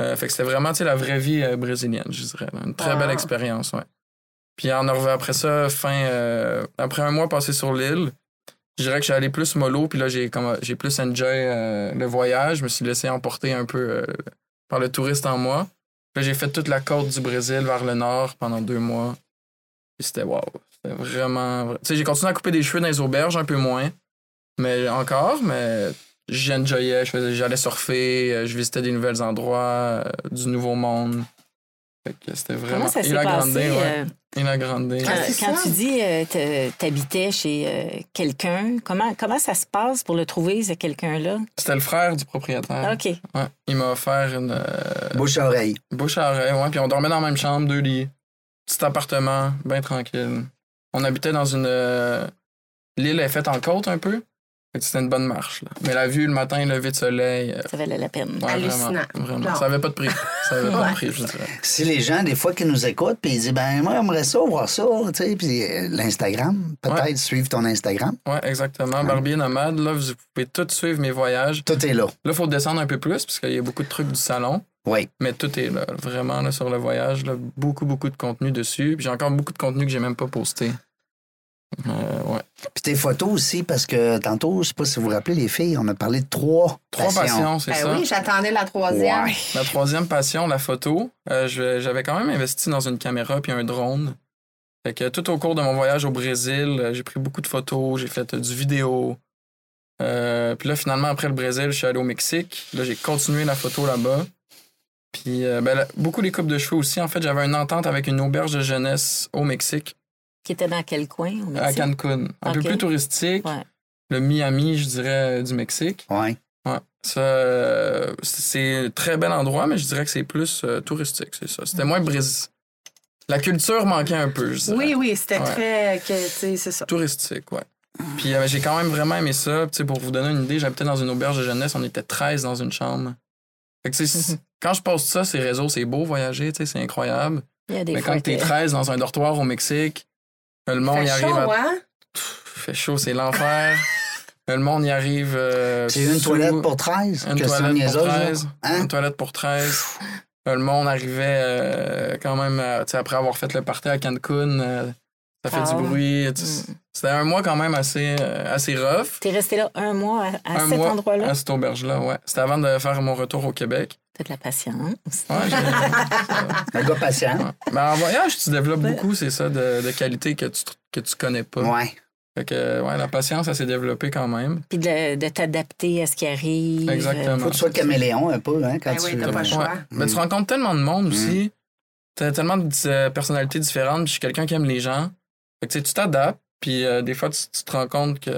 Euh, fait que c'était vraiment tu sais, la vraie vie euh, brésilienne, je dirais. là. Une très Ah. belle expérience, ouais. Puis en revenu après ça, fin. euh, après un mois passé sur l'île, je dirais que j'ai allé plus mollo, puis là, j'ai comme- j'ai plus enjoy euh, le voyage. Je me suis laissé emporter un peu euh, par le touriste en moi. Puis là, j'ai fait toute la côte du Brésil vers le nord pendant deux mois. Puis c'était wow. C'était vraiment. Tu sais, j'ai continué à couper des cheveux dans les auberges, un peu moins. Mais encore, mais j'enjoyais, je faisais- j'allais surfer, euh, je visitais des nouveaux endroits, euh, du nouveau monde. Fait que c'était vraiment. Comment ça s'est Il a passé? grandi, ouais. euh, Il a grandi. Quand, Ah, c'est quand ça. tu dis euh, te- t'habitais chez euh, quelqu'un, comment, comment ça se passe pour le trouver, ce quelqu'un-là? C'était le frère du propriétaire. OK. Ouais. Il m'a offert une euh, Bouche à oreille. bouche à oreille, ouais. Puis on dormait dans la même chambre, deux lits. Petit appartement, bien tranquille. On habitait dans une. euh, L'île est faite en côte un peu. Fait que C'était une bonne marche. là. Mais la vue le matin, le lever de soleil. euh, Ça valait la peine. ouais, Hallucinant. Vraiment. vraiment. Non. Ça avait pas de prix. Ça avait pas Ouais. de prix, je dirais. Si les gens, des fois, qui nous écoutent, puis ils disent, ben, moi, j'aimerais ça, voir ça, tu sais, puis euh, l'Instagram, peut-être suivre ton Instagram. Ouais, exactement. Barbier nomade, là, vous pouvez tout suivre mes voyages. Tout est là. Là, il faut descendre un peu plus, parce qu'il y a beaucoup de trucs du salon. Oui. Mais tout est là, vraiment là, sur le voyage. Là, beaucoup, beaucoup de contenu dessus. Puis j'ai encore beaucoup de contenu que j'ai même pas posté. Euh, ouais. Puis tes photos aussi, parce que tantôt, je sais pas si vous vous rappelez, les filles, on a parlé de trois Trois passions, c'est ça. Ben oui, j'attendais la troisième. Ouais. Ma troisième passion, la photo. Euh, je- J'avais quand même investi dans une caméra puis un drone. Fait que tout au cours de mon voyage au Brésil, euh, j'ai pris beaucoup de photos, j'ai fait euh, du vidéo. Euh, puis là, finalement, après le Brésil, je suis allé au Mexique. Là, j'ai continué la photo là-bas. Puis euh, ben, la- beaucoup les coupes de cheveux aussi. En fait, j'avais une entente avec une auberge de jeunesse au Mexique, Qui était dans quel coin? au à Mexique? Cancun. Un peu Ok. plus touristique, Ouais. le Miami, je dirais, euh, du Mexique. Ouais. Ouais. Ça, euh, c'est un très bel endroit, mais je dirais que c'est plus euh, touristique, c'est ça. C'était moins brésil. La culture manquait un peu, je dirais. Oui, oui, c'était Ouais. très. que, tu sais, C'est ça. Touristique, ouais. Puis euh, j'ai quand même vraiment aimé ça. Tu sais, pour vous donner une idée, j'habitais dans une auberge de jeunesse, on était 13 dans une chambre. Fait que, tu sais, c'est- quand je poste ça, ces réseaux, c'est beau voyager, tu sais, c'est incroyable. Il y a des mais fois quand t'es que- 13 dans un dortoir au Mexique, euh, le monde Fait y arrive. chaud, à- hein? Pff, fait chaud, c'est l'enfer. Euh, le monde y arrive. euh, C'est une sous- toilette pour 13? Une que c'est toilette pour niaiseuse, là. 13. Hein? Une toilette pour 13. Euh, Le monde arrivait euh, quand même, euh, tu sais, après avoir fait le party à Cancun, euh, ça fait Ah. du bruit. tu sais, C'était un mois quand même assez, euh, assez rough. T'es resté là un mois à, à un cet mois endroit-là. à cette auberge-là, ouais. C'était avant de faire mon retour au Québec. T'as de la patience. Ouais, j'ai- ouais. Un gars patient. Mais en voyage, tu développes beaucoup, c'est ça, de, de qualité que tu, que tu connais pas. Ouais. Fait que, ouais, la patience, ça s'est développée quand même. Puis de, de t'adapter à ce qui arrive. Exactement. Faut que tu sois caméléon un peu, hein, quand Ben tu. oui, t'as pas le choix. Ouais. Mais tu rencontres tellement de monde aussi. T'as tellement de euh, personnalités différentes. puis Je suis quelqu'un qui aime les gens. Fait que, tu sais, tu t'adaptes. Puis euh, des fois, tu, tu te rends compte que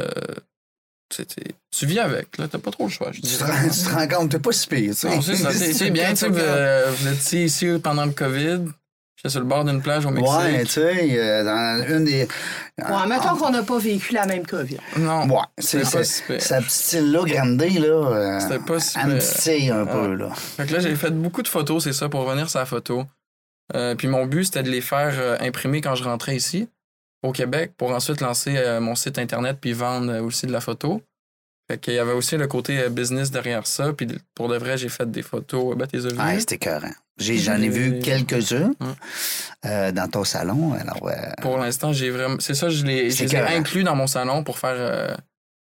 tu, sais, t'es- tu vis avec. Là, t'as pas trop le choix. Je tu, dirais. te rends- tu te rends compte, t'es pas si pire, tu sais. Non, c'est ça. C'est c'est bien. Tu sais, vous, euh, vous étiez ici pendant le COVID. J'étais sur le bord d'une plage au Mexique. Ouais, tu sais, euh, dans une des. Ouais, mettons qu'on n'a pas vécu la même COVID. Non. Ouais, c'est C'était c'est- pas si pire. Sa petite style-là, grandée, là. euh, C'était pas si Elle me pire. titille euh, un peu, là. Fait que là, j'ai fait beaucoup de photos, c'est ça, pour revenir sur la photo. Euh, puis mon but, c'était de les faire euh, imprimer quand je rentrais ici, au Québec, pour ensuite lancer euh, mon site Internet puis vendre euh, aussi de la photo. Fait qu'il y avait aussi le côté euh, business derrière ça. Puis de- pour de vrai, j'ai fait des photos. euh, Ben, t'es vu? Ouais, c'était écœurant. J'ai- J'en ai vu Et- quelques-uns Hum. euh, dans ton salon. Alors, euh, ouais. pour l'instant, j'ai vraiment. C'est ça, je les, je C'est les ai écœurant. inclus dans mon salon pour faire. euh,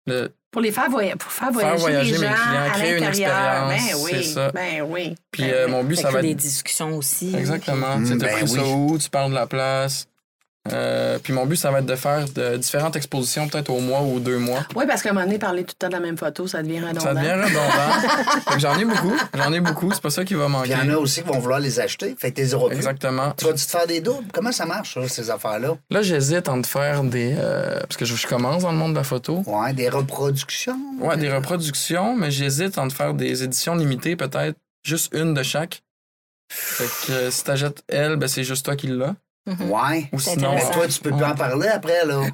le... Pour les faire, voya- pour faire Faire voyager, les voyager mes gens clients, à créer une l'intérieur. Ben expérience, oui, c'est ça. ben oui. Puis ben euh, oui. mon but, Fait ça que va des être. discussions aussi. Exactement. Mm, tu sais, t'as ben pris ça oui. où, tu parles de la place. Euh, puis mon but, ça va être de faire de différentes expositions, peut-être au mois ou deux mois. Oui, parce qu'à un moment donné, parler tout le temps de la même photo, ça devient redondant. Ça devient redondant. Fait que j'en ai beaucoup. J'en ai beaucoup. C'est pas ça qui va Puis manquer. il y en a aussi qui vont vouloir les acheter. Fait que t'es zéro plus. Exactement. Tu vas-tu te faire des doubles? Comment ça marche, ça, ces affaires-là? Là, j'hésite entre faire des. euh, parce que je, je commence dans le monde de la photo. Ouais, des reproductions. Ouais, des reproductions, mais j'hésite entre faire des éditions limitées, peut-être juste une de chaque. Fait que euh, si t'achètes elle, ben c'est juste toi qui l'as. Ouais. Ou C'est sinon. euh, Mais intéressant. toi, tu peux plus en parler après, là. Non,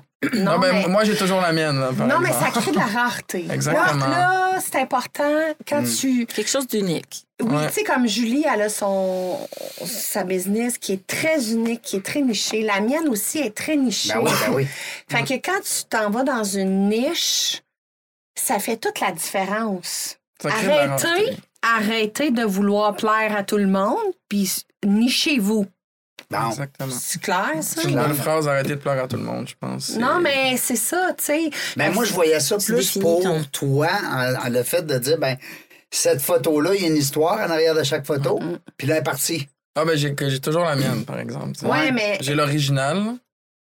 Non, ben, mais, moi j'ai toujours la mienne. là, par non, mais ça exemple. crée de la rareté. Exactement. Là, Mm. là, c'est important quand tu... Quelque chose d'unique. Oui, Ouais. tu sais, comme Julie, elle a son, sa business qui est très unique, qui est très nichée. La mienne aussi est très nichée. Ben oui, ben oui. Fait que quand tu t'en vas dans une niche, ça fait toute la différence. Ça crée de la Arrêtez, rareté. arrêtez de vouloir plaire à tout le monde, puis s- nichez-vous. Bon. Exactement. C'est clair, ça? C'est une bonne phrase, arrêtez de pleurer à tout le monde, je pense. C'est- Non, mais c'est ça, tu sais. Ben, moi, je voyais ça Tu plus définis pour ton- toi, en- en le fait de dire, ben, cette photo-là, il y a une histoire en arrière de chaque photo, puis là, elle est partie. Ah, ben j'ai que j'ai toujours la mienne, par exemple. tu sais. Ouais, mais J'ai l'original.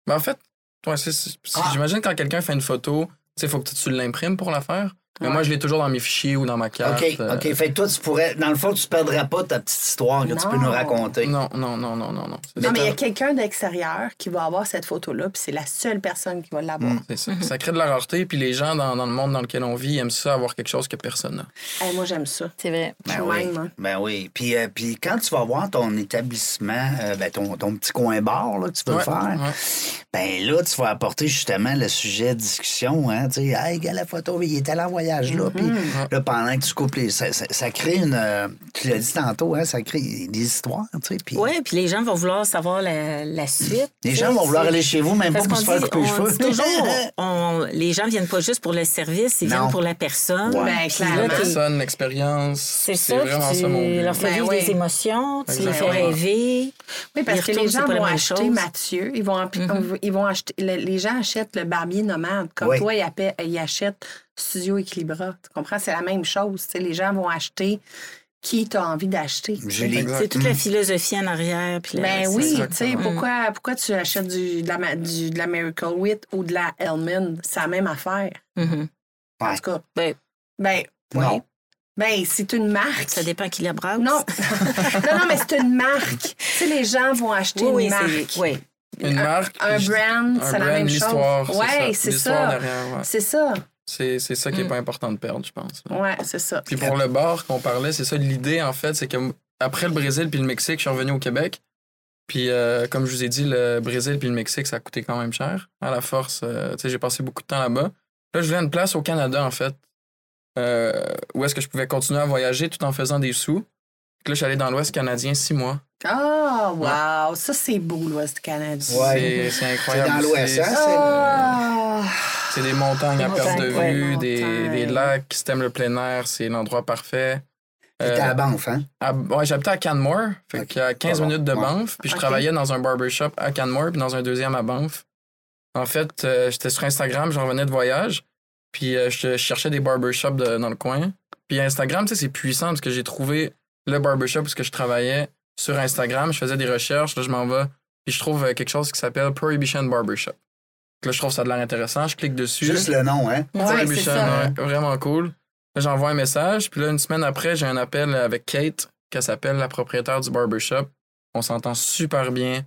Mais en fait, toi, c'est- c'est- c'est- Ah. j'imagine quand quelqu'un fait une photo, tu sais, il faut que tu- tu l'imprimes pour la faire. Mais Ouais. moi, je l'ai toujours dans mes fichiers ou dans ma carte. OK, euh, OK. Fait que toi, tu pourrais, dans le fond, tu perdrais pas ta petite histoire que tu peux Non. nous raconter. euh, Non, non, non, non, non, non. C'est non, mais il y a ça. quelqu'un d'extérieur qui va avoir cette photo-là, puis c'est la seule personne qui va l'avoir. C'est ça. Ça crée de la rareté, puis les gens dans, dans le monde dans lequel on vit aiment ça, avoir quelque chose que personne n'a. Hey, moi, j'aime ça. C'est vrai. Je suis Ben oui. même, hein. Ben oui. Puis, euh, puis quand tu vas voir ton établissement, euh, ben ton, ton petit coin bar là, que tu veux Ouais, faire, ouais. ben là, tu vas apporter justement le sujet de discussion. Hein, tu sais, hey, gars, la photo, il est allé en voyage voyage-là. Puis Mm-hmm. là, pendant que tu coupes les. Ça, ça- ça crée une. euh, Tu l'as dit tantôt, hein, ça crée des histoires, tu sais. Puis Oui, puis les gens vont vouloir savoir la, la suite. les tu gens sais, vont vouloir c'est- aller chez vous, même pas Parce pour qu'on se faire dit, couper les on cheveux. dit toujours, on- les gens viennent pas juste pour le service, ils Non. viennent pour la personne. Ouais. Ben, Puis là, La clairement. t'es- personne, l'expérience. C'est C'est ça, puis vraiment tu ça mon but. leur fais Ben vivre oui. des émotions, tu les Ben fais oui. rêver. Oui, parce Ils que les retournent, gens c'est pas la vont même acheter chose. Mm-hmm. Mathieu. Ils vont, empli- ils vont acheter, le- les gens achètent le barbier nomade. Comme Oui. toi, ils, appa- ils achètent Studio Equilibra. Tu comprends? C'est la même chose. tu sais, les gens vont acheter qui t'as envie d'acheter. Julie. Exact. C'est toute la philosophie en arrière. Puis la- Ben c'est oui, ça. Mm. tu sais, pourquoi, pourquoi tu achètes du, de, la, ma- du- de la Miracle 8 ou de la Hellman? C'est la même affaire. Mhm. Ouais. En tout cas, Ben, ben, Non. ben c'est une marque. ça dépend qui la brasse. Non. non, non, mais c'est une marque. Tu sais, les gens vont acheter Oui, une oui, marque. c'est... Oui. Une marque. Un puis je- brand, un c'est la brand, même chose. l'histoire, Ouais, c'est ça. c'est L'histoire ça. Mm. derrière, ouais. C'est ça. C'est c'est ça qui est pas important de perdre, je pense. Ouais, c'est ça. Puis pour le bar qu'on parlait, c'est ça l'idée en fait, c'est que m- après le Brésil puis le Mexique, je suis revenu au Québec. Puis euh, comme je vous ai dit, le Brésil puis le Mexique, ça a coûté quand même cher. À la force, euh, tu sais, j'ai passé beaucoup de temps là-bas. Là, je voulais une place au Canada en fait, euh, où est-ce que je pouvais continuer à voyager tout en faisant des sous. Fait que Là, je suis allé dans l'Ouest canadien six mois. Ah, wow! Ça, c'est beau, l'Ouest canadien. Ouais. C'est- C'est C'est incroyable. dans l'Ouest, hein? c'est- Ah! C'est des montagnes à Des perte de montagnes, ouais, vue, des, montagnes. des lacs, si t'aimes le plein air, c'est l'endroit parfait. Euh, T'es à Banff, hein? à- ouais, j'habitais à Canmore, fait Ok. qu'à 15 Ah bon, minutes de ouais. Banff, puis je Ok. travaillais dans un barbershop à Canmore, puis dans un deuxième à Banff. En fait, euh, j'étais sur Instagram, j'en revenais de voyage, puis euh, je, je cherchais des barbershops de- dans le coin. Puis Instagram, tu sais, c'est puissant parce que j'ai trouvé le barbershop parce que je travaillais sur Instagram, je faisais des recherches, là je m'en vais, puis je trouve euh, quelque chose qui s'appelle Prohibition Barbershop. Donc Là, je trouve ça de l'air intéressant, je clique Euh, dessus. Juste le nom, hein? Ouais, c'est Prohibition, ça. ouais, vraiment cool. Là, J'envoie un message, puis là, une semaine après, j'ai un appel avec Kate, qu'elle s'appelle la propriétaire du barbershop. On s'entend super bien.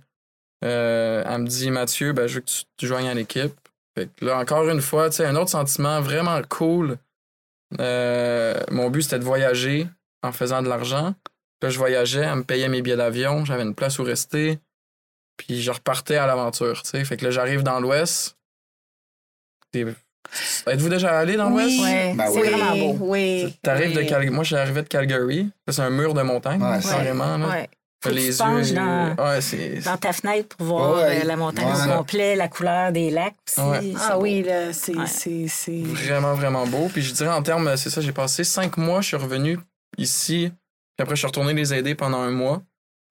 Euh, elle me dit, Mathieu, ben, je veux que tu, tu joignes à l'équipe. Fait que là, encore une fois, tu sais, un autre sentiment vraiment cool. Euh, mon but, c'était de voyager en faisant de l'argent. Là, je voyageais, elle me payait mes billets d'avion, j'avais une place où rester. Puis je repartais à l'aventure, tu sais. Fait que là, j'arrive dans l'Ouest. T'es- Êtes-vous déjà allé dans l'Ouest? Oui, Ouais, Ben c'est oui. vraiment oui, beau. oui. T'arrives de oui. Calgary. Moi, j'arrivais de Calgary. Ça, C'est un mur de montagne, Ouais, c'est- carrément. là. Ouais. Faut que Les tu yeux. penches dans- Ouais, c'est. Dans ta fenêtre pour voir Ouais. euh, la montagne Ouais. au complet, la couleur des lacs aussi. Ouais. c'est Ah beau. oui, là, c'est. Ouais. c'est- c'est- vraiment, vraiment beau. Puis je dirais en termes, c'est ça, j'ai passé cinq mois, je suis revenu ici, puis après je suis retourné les aider pendant un mois.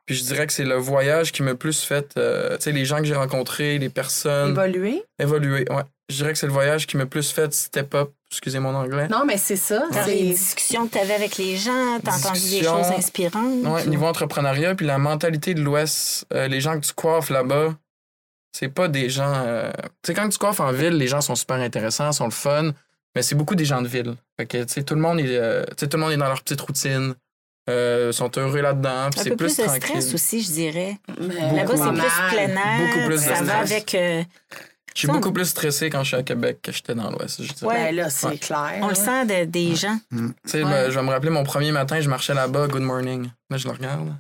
Puis je dirais que c'est le voyage qui m'a le plus fait, euh, tu sais, les gens que j'ai rencontrés, les personnes, Évoluer. évoluer. Ouais. Je dirais que c'est le voyage qui m'a le plus fait step up, excusez mon anglais. Non, mais c'est ça. Dans c'est- les discussions que tu avais avec les gens, t'as entendu des Discussions. choses inspirantes. Ouais, niveau entrepreneuriat, puis la mentalité de l'Ouest, euh, les gens que tu coiffes là-bas, c'est pas des gens. euh, Tu sais, quand tu coiffes en ville, les gens sont super intéressants, sont le fun, mais c'est beaucoup des gens de ville. Fait que, tu sais, tout, le monde est, euh, tu sais, tout le monde est dans leur petite routine, euh, sont heureux là-dedans, puis Un c'est peu plus, plus de tranquille. stress aussi, je dirais. Mais Là-bas, c'est pas mal. plus plein air. Beaucoup plus de ça va stress. avec. euh, Je suis Ça, on- beaucoup plus stressé quand je suis à Québec que j'étais dans l'Ouest, je dirais. Ouais. Ben là, c'est Ouais. clair. on le sent de- des gens. Tu sais, Ouais. me- je vais me rappeler mon premier matin, je marchais là-bas, good morning. Là, je le regarde.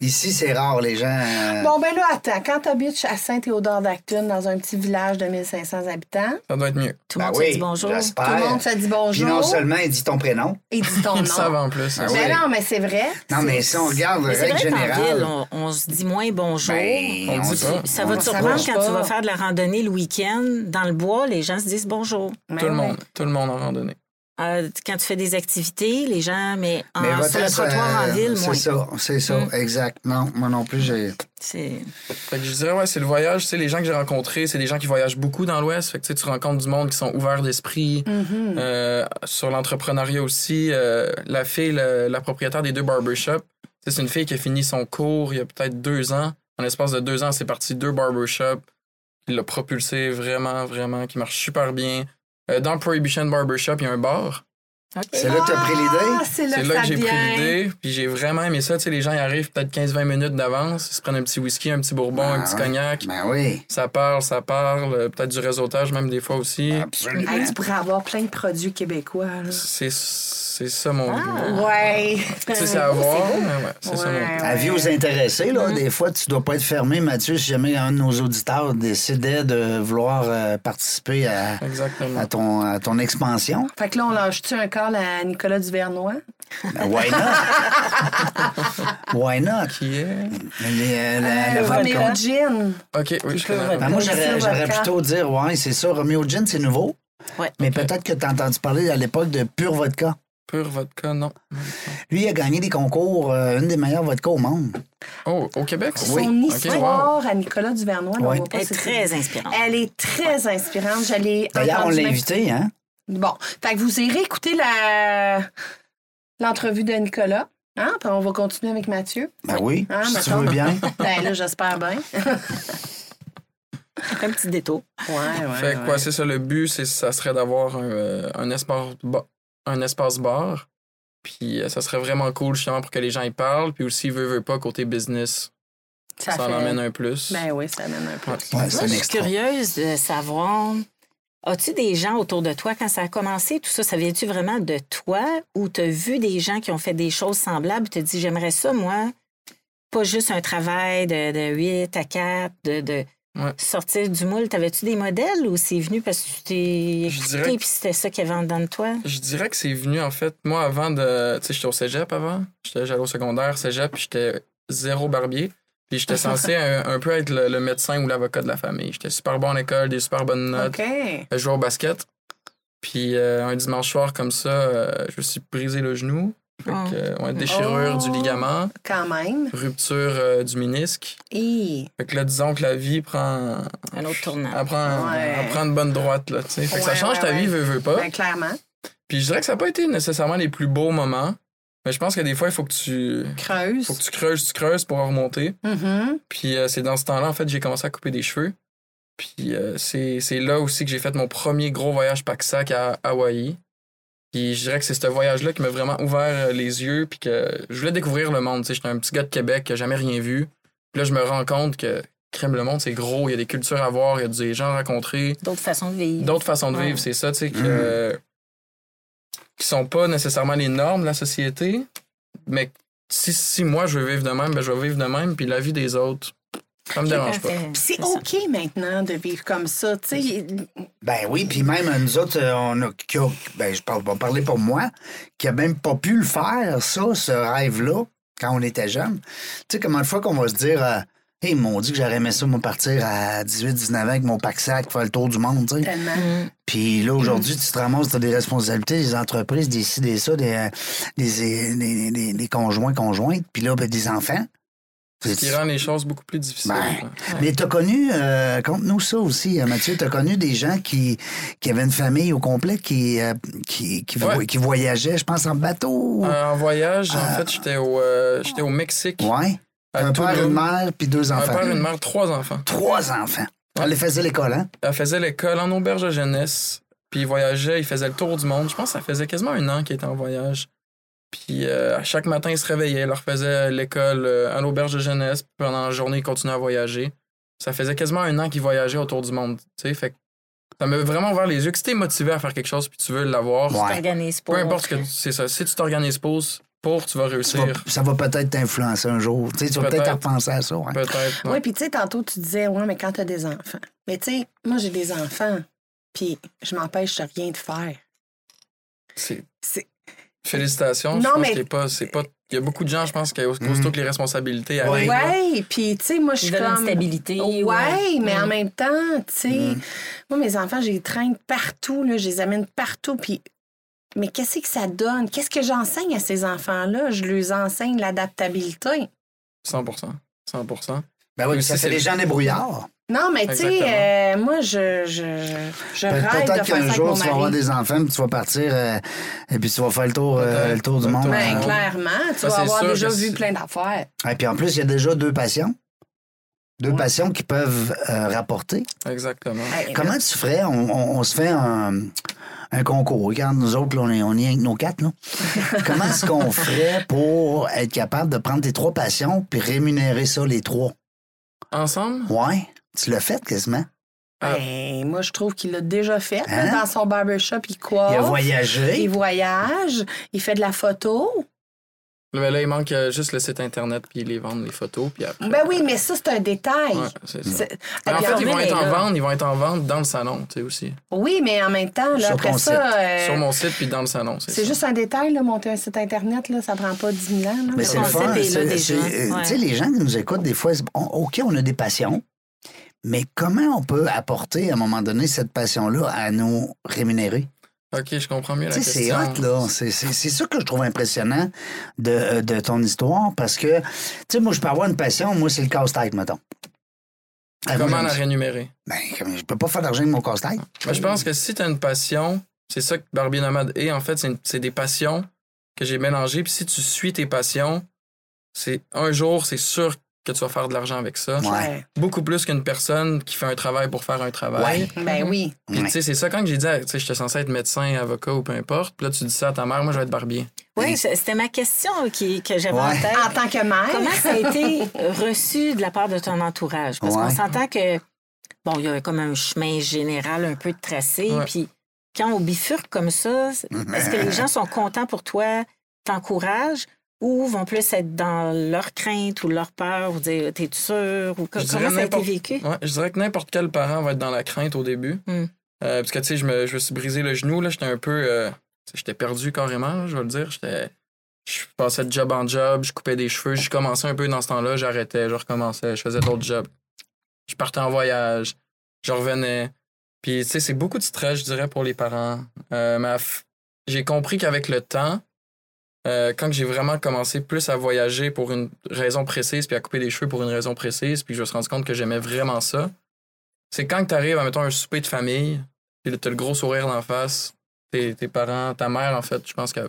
Ici, c'est rare, les gens. euh, Bon, ben là, attends. Quand t'habites à Saint-Théodore-d'Actune, dans un petit village de 1500 habitants, Ça doit être mieux. Tout ben le monde se oui, dit bonjour. tout le j'espère. monde se dit Puis non bonjour seulement il dit ton prénom. et dit ton Oh Ils le savent nom. en plus. Ah hein. oui. Ben non, mais c'est vrai. Non, mais si on regarde, Mais c'est règle vrai qu'en générale. ville, on, on se dit moins bonjour. ben, on dit se- pas. ça on va te se surprendre couche. quand pas. tu vas faire de la randonnée le week-end. Dans le bois, les gens se disent bonjour. Ben Tout le ouais. monde, tout le monde en randonnée. Euh, quand tu fais des activités, les gens, mais, en, Mais va-t'en, sur le ça- trottoir en ville, moins. Hmm. C'est ça, c'est ça, exact. Non, moi non plus, j'ai. C'est- Fait que je dirais, ouais, c'est le voyage. Tu sais, les gens que j'ai rencontrés, c'est des gens qui voyagent beaucoup dans l'Ouest. Fait que tu sais, tu rencontres du monde qui sont ouverts d'esprit. Mhm. Euh, sur l'entrepreneuriat aussi, euh, la fille, le- la propriétaire des deux barbershops, tu sais, c'est une fille qui a fini son cours il y a peut-être deux ans. En l'espace de deux ans, c'est parti deux barbershops. Il l'a propulsé vraiment, vraiment, qui marche super bien. Euh, dans Prohibition Barbershop, il y a un bar. OK. Ben C'est là que t'as pris l'idée? Ah, c'est là, C'est là que ça j'ai pris vient. l'idée, puis j'ai vraiment aimé ça. Tu sais, les gens, ils arrivent peut-être 15-20 minutes d'avance, ils se prennent un petit whisky, un petit bourbon, un Ah, petit ouais. cognac. Ben oui, Ça parle, ça parle, euh, peut-être du réseautage même des fois aussi. absolument. Hey, tu pourrais avoir plein de produits québécois. là. C'est c'est ça mon goût. Ouais. Tu sais, c'est à voir, mais ouais, Ah. c'est ça mon goût. Ouais, Avis ouais. aux intéressés, là, Hmm. des fois, tu dois pas être fermé, Mathieu, si jamais un de nos auditeurs décidait de vouloir euh, participer à, à Exactement. ton, à ton expansion. Fait que là, on lâche-tu un call à Nicolas Duvernois? Ben, why not? why not? Qui est. Les, euh, la- la Roméo vodka. Gin. Ok, oui, je peut connais. Ben, moi, Comme j'aurais ça, j'aurais vodka. plutôt dire, ouais, c'est ça, Romeo Gin, c'est nouveau. Ouais. Mais peut-être que tu as entendu parler à l'époque de Pure Vodka. Pur vodka, non. Lui, il a gagné des concours, euh, une des meilleures vodkas au monde. Oh, au Québec? Son Ok, wow. histoire à Nicolas Duvernois, là, on Ouais. voit pas Elle est c'est- très inspirante. Elle est très inspirante. Je l'ai D'ailleurs, on entendue l'a même- invité, hein? Bon, fait que vous irez écouter la l'entrevue de Nicolas. Hein? Puis on va continuer avec Mathieu. Ben oui, Ah, si tu mettons. veux bien. Ben là, j'espère bien. Un petit détour. Ouais, ouais. Fait que quoi, c'est ça, le but, c'est, ça serait d'avoir un, euh, un espace, ba- un espace bar. Puis euh, ça serait vraiment cool, justement, pour que les gens y parlent. Puis aussi, veut, veut pas, côté business, ça, en amène un plus. Ben oui, ça amène un peu. Ouais. Ouais, c'est Moi, un je suis extra. curieuse de savoir, as-tu des gens autour de toi quand ça a commencé, tout ça, ça vient-tu vraiment de toi ou t'as vu des gens qui ont fait des choses semblables et t'as dit, j'aimerais ça, moi, pas juste un travail de, de 8 à 4, de, de Ouais. sortir du moule. T'avais-tu des modèles ou c'est venu parce que tu t'es Je écouté dirais- puis c'était ça qui avait en dedans de toi? Je dirais que c'est venu, en fait, moi, avant de. Tu sais, j'étais au cégep avant. J'étais j'allais au secondaire, cégep, puis j'étais zéro barbier. Puis j'étais censé un, un peu être le, le médecin ou l'avocat de la famille. J'étais super bon à l'école, des super bonnes notes. OK. Je jouais au basket. Puis euh, un dimanche soir, comme ça, euh, je me suis brisé le genou. Fait Oh. que, euh, ouais, déchirure Oh. du ligament, Quand même. rupture euh, du ménisque. Et... Fait que là, disons que la vie prend. Un autre tournant. Elle prend, Ouais. elle prend une bonne droite, là. tu sais. Fait que ça Ouais, change ouais, ta ouais. vie, veux, veux Ah. pas. Ben, clairement. Puis je dirais que ça n'a pas été nécessairement les plus beaux moments. Mais je pense que des fois, il faut que tu. Creuse. Faut que tu creuses, tu creuses pour en remonter. Mhm. Puis euh, c'est dans ce temps-là, en fait, j'ai commencé à couper des cheveux. Puis euh, c'est c'est là aussi que j'ai fait mon premier gros voyage pack-sac à Hawaï. Puis je dirais que c'est ce voyage-là qui m'a vraiment ouvert euh, les yeux. Puis que je voulais découvrir le monde. tu sais. J'étais un petit gars de Québec qui n'a jamais rien vu. Puis là, je me rends compte que, crème, le monde, c'est gros. Il y a des cultures à voir, il y a des gens à rencontrer D'autres façons de vivre. d'autres façons de Ouais. Mm-hmm. vivre, c'est ça, tu sais, que, euh, qui sont pas nécessairement les normes de la société, mais si, si moi je veux vivre de même, ben je vais vivre de même, puis la vie des autres, ça me dérange pas. Parfait. Puis c'est C'est ça. Mm-hmm. OK maintenant de vivre comme ça. Tu sais, Ben oui, puis même euh, nous autres, euh, on a, qui a- ben je parle, on parler pour moi, qui a même pas pu le faire, ça, ce rêve-là, quand on était jeune. Tu sais, comment de fois qu'on va se dire, euh, hey, mon Dieu, que j'aurais aimé ça, moi, partir à 18, 19 ans avec mon pack-sac, faire le tour du monde, Euh, tu sais. tellement. Puis mm-hmm. là, aujourd'hui, tu te ramasses, t'as des responsabilités, des entreprises, des ci, des ça, des, euh, des, des, des- des conjoints, conjointes, puis là, ben, des enfants. Ce qui rend les choses beaucoup plus difficiles. Ben, Ouais. mais t'as connu, euh, conte-nous ça aussi, euh, Mathieu, t'as connu des gens qui, qui avaient une famille au complet qui, euh, qui, qui, vo- Ouais. qui voyageaient, je pense, en bateau. Euh, en voyage, en fait, j'étais au, euh, j'étais au Mexique. ouais. à Un Tulum. père, une mère, puis deux Un enfants. père, une mère, trois enfants. Trois enfants. On les faisait à l'école, hein? Elle faisait l'école en auberge de jeunesse. Puis il voyageait, il faisait le tour du monde. Je pense que ça faisait quasiment un an qu'il était en voyage. Puis euh, à chaque matin, il se réveillait, il leur faisait l'école euh, à l'auberge de jeunesse. Puis pendant la journée, il continuait à voyager. Ça faisait quasiment un an qu'il voyageait autour du monde. Tu sais, fait que ça m'a vraiment ouvert les yeux. Que si t'es motivé à faire quelque chose puis tu veux l'avoir, Ouais. T'organises peu pour- importe ce que tu- c'est ça. Si tu t'organises pour, pour, tu vas Tu vas- réussir. ça va peut-être t'influencer un jour. Tu sais, tu vas peut-être Peut-être. repenser à ça. ouais. Peut-être. ouais. Oui, puis tu sais, tantôt, tu disais, ouais, mais quand t'as des enfants. Mais tu sais, moi, j'ai des enfants, puis je m'empêche de rien de faire. C'est- C'est- Félicitations. je Non, pense mais- qu'il est pas, c'est pas. Il y a beaucoup de gens, je pense, que Mm-hmm. aussitôt que les responsabilités Ouais. arrivent, là, Ouais, puis tu sais, moi, je Ils suis veulent comme... une stabilité. euh, Ouais, mais en Ouais. Mm. même temps, tu sais, moi, mes enfants, je les traîne partout, là, je les amène partout, puis... Mais qu'est-ce que ça donne? Qu'est-ce que j'enseigne à ces enfants-là? Je leur enseigne l'adaptabilité. 100%. 100%. Ben oui, Mais ça si fait c'est- des gens débrouillards. Non, mais tu sais, Exactement. euh, moi, je, je, je, je Pe- rêve de Ben, Peut-être faire ça qu'un avec jour, mon tu vas avoir mari. des enfants, puis tu vas partir, euh, et puis tu vas faire le tour, euh, Peut-être. le tour du Le monde. tour. Ben, euh, clairement, tu Ça, vas c'est avoir sûr déjà que vu c'est- plein d'affaires. Et puis en plus, il y a déjà deux passions. Deux passions qui peuvent euh, rapporter. Exactement. Hey, Comment tu ferais? On, on- on se fait un, un concours. Regarde, nous autres, là, on, est, on est avec nos quatre, là. Comment est-ce qu'on ferait pour être capable de prendre tes trois passions puis rémunérer ça, les trois? Ensemble? Ouais. Tu l'as fait quasiment. Ah. Ben, moi, je trouve qu'il l'a déjà fait. Hein? Dans son barbershop, il coiffe. Oh. Il a voyagé. Il voyage. Il fait de la photo. Mais là, il manque euh, juste le site internet, puis les vendre, les photos, puis après. Ben oui, mais ça, c'est un détail. Ouais, c'est ça. C'est- Mais en Puis on fait, ils vont est être en là. vente, ils vont être en vente dans le salon, tu sais, aussi. Oui, mais en même temps, là, Sur après ton ça, euh, Sur mon site, puis dans le salon, c'est c'est ça. juste un détail, là, monter un site Internet, là, ça prend pas 10 000 ans. là. Mais Le c'est le concept fun. est là c'est- déjà. c'est- euh, Ouais. Tu sais, les gens qui nous écoutent, des fois, ils se- on- OK, on a des passions, mais comment on peut apporter, à un moment donné, cette passion-là à nous rémunérer? OK, je comprends mieux la Tu sais, question. c'est hot, là. C'est- C'est c'est ça que je trouve impressionnant de, euh, de ton histoire, parce que, tu sais, moi, je peux avoir une passion, moi, c'est le casse-tête, mettons. Ah, moi, Comment j'aime la ça. rémunérer? Ben, comme- je peux pas faire d'argent avec mon casse-tête. Ben, je pense que si tu as une passion, c'est ça que Barbier Nomade est. En fait, c'est une- c'est des passions que j'ai mélangées. Puis si tu suis tes passions, c'est un jour, c'est sûr que tu vas faire de l'argent avec ça. Ouais. Beaucoup plus qu'une personne qui fait un travail pour faire un travail. Ouais. Ben oui. Ah, Puis, Ouais. tu sais, c'est ça quand j'ai dit, à- tu sais, j'étais censé être médecin, avocat ou peu importe. Puis là, tu dis ça à ta mère, moi, je vais être barbier. Oui, c'est- c'était ma question qui, que j'avais en Ouais. tête. En tant que mère, Comment ça a été reçu de la part de ton entourage? Parce qu'on Ouais. s'entend que, bon, il y a comme un chemin général un peu de tracé. Ouais. Mm-hmm. Puis quand on bifurque comme ça, est-ce que les gens sont contents pour toi, t'encouragent? Ou vont plus être dans leur crainte ou leur peur, ou dire T'es-tu sûr? Ou co- Je dirais comment ça a été n'importe- vécu? Ouais, je dirais que n'importe quel parent va être dans la crainte au début. Mm. Euh, parce que, tu sais, je me, je me suis brisé le genou, là, j'étais un peu. euh, tu sais, j'étais perdu carrément, je vais le dire. J'étais. Je passais de job en job, je coupais des cheveux, je commençais un peu dans ce temps-là, j'arrêtais, je recommençais, je faisais d'autres jobs. Je partais en voyage, je revenais. Puis, tu sais, c'est beaucoup de stress, je dirais, pour les parents. Euh, ma f- J'ai compris qu'avec le temps, euh, quand j'ai vraiment commencé plus à voyager pour une raison précise, puis à couper des cheveux pour une raison précise, puis je me suis rendu compte que j'aimais vraiment ça, c'est quand tu arrives à, mettons, un souper de famille, puis là, t'as le gros sourire d'en face, tes, tes parents, ta mère, en fait, je pense qu'elle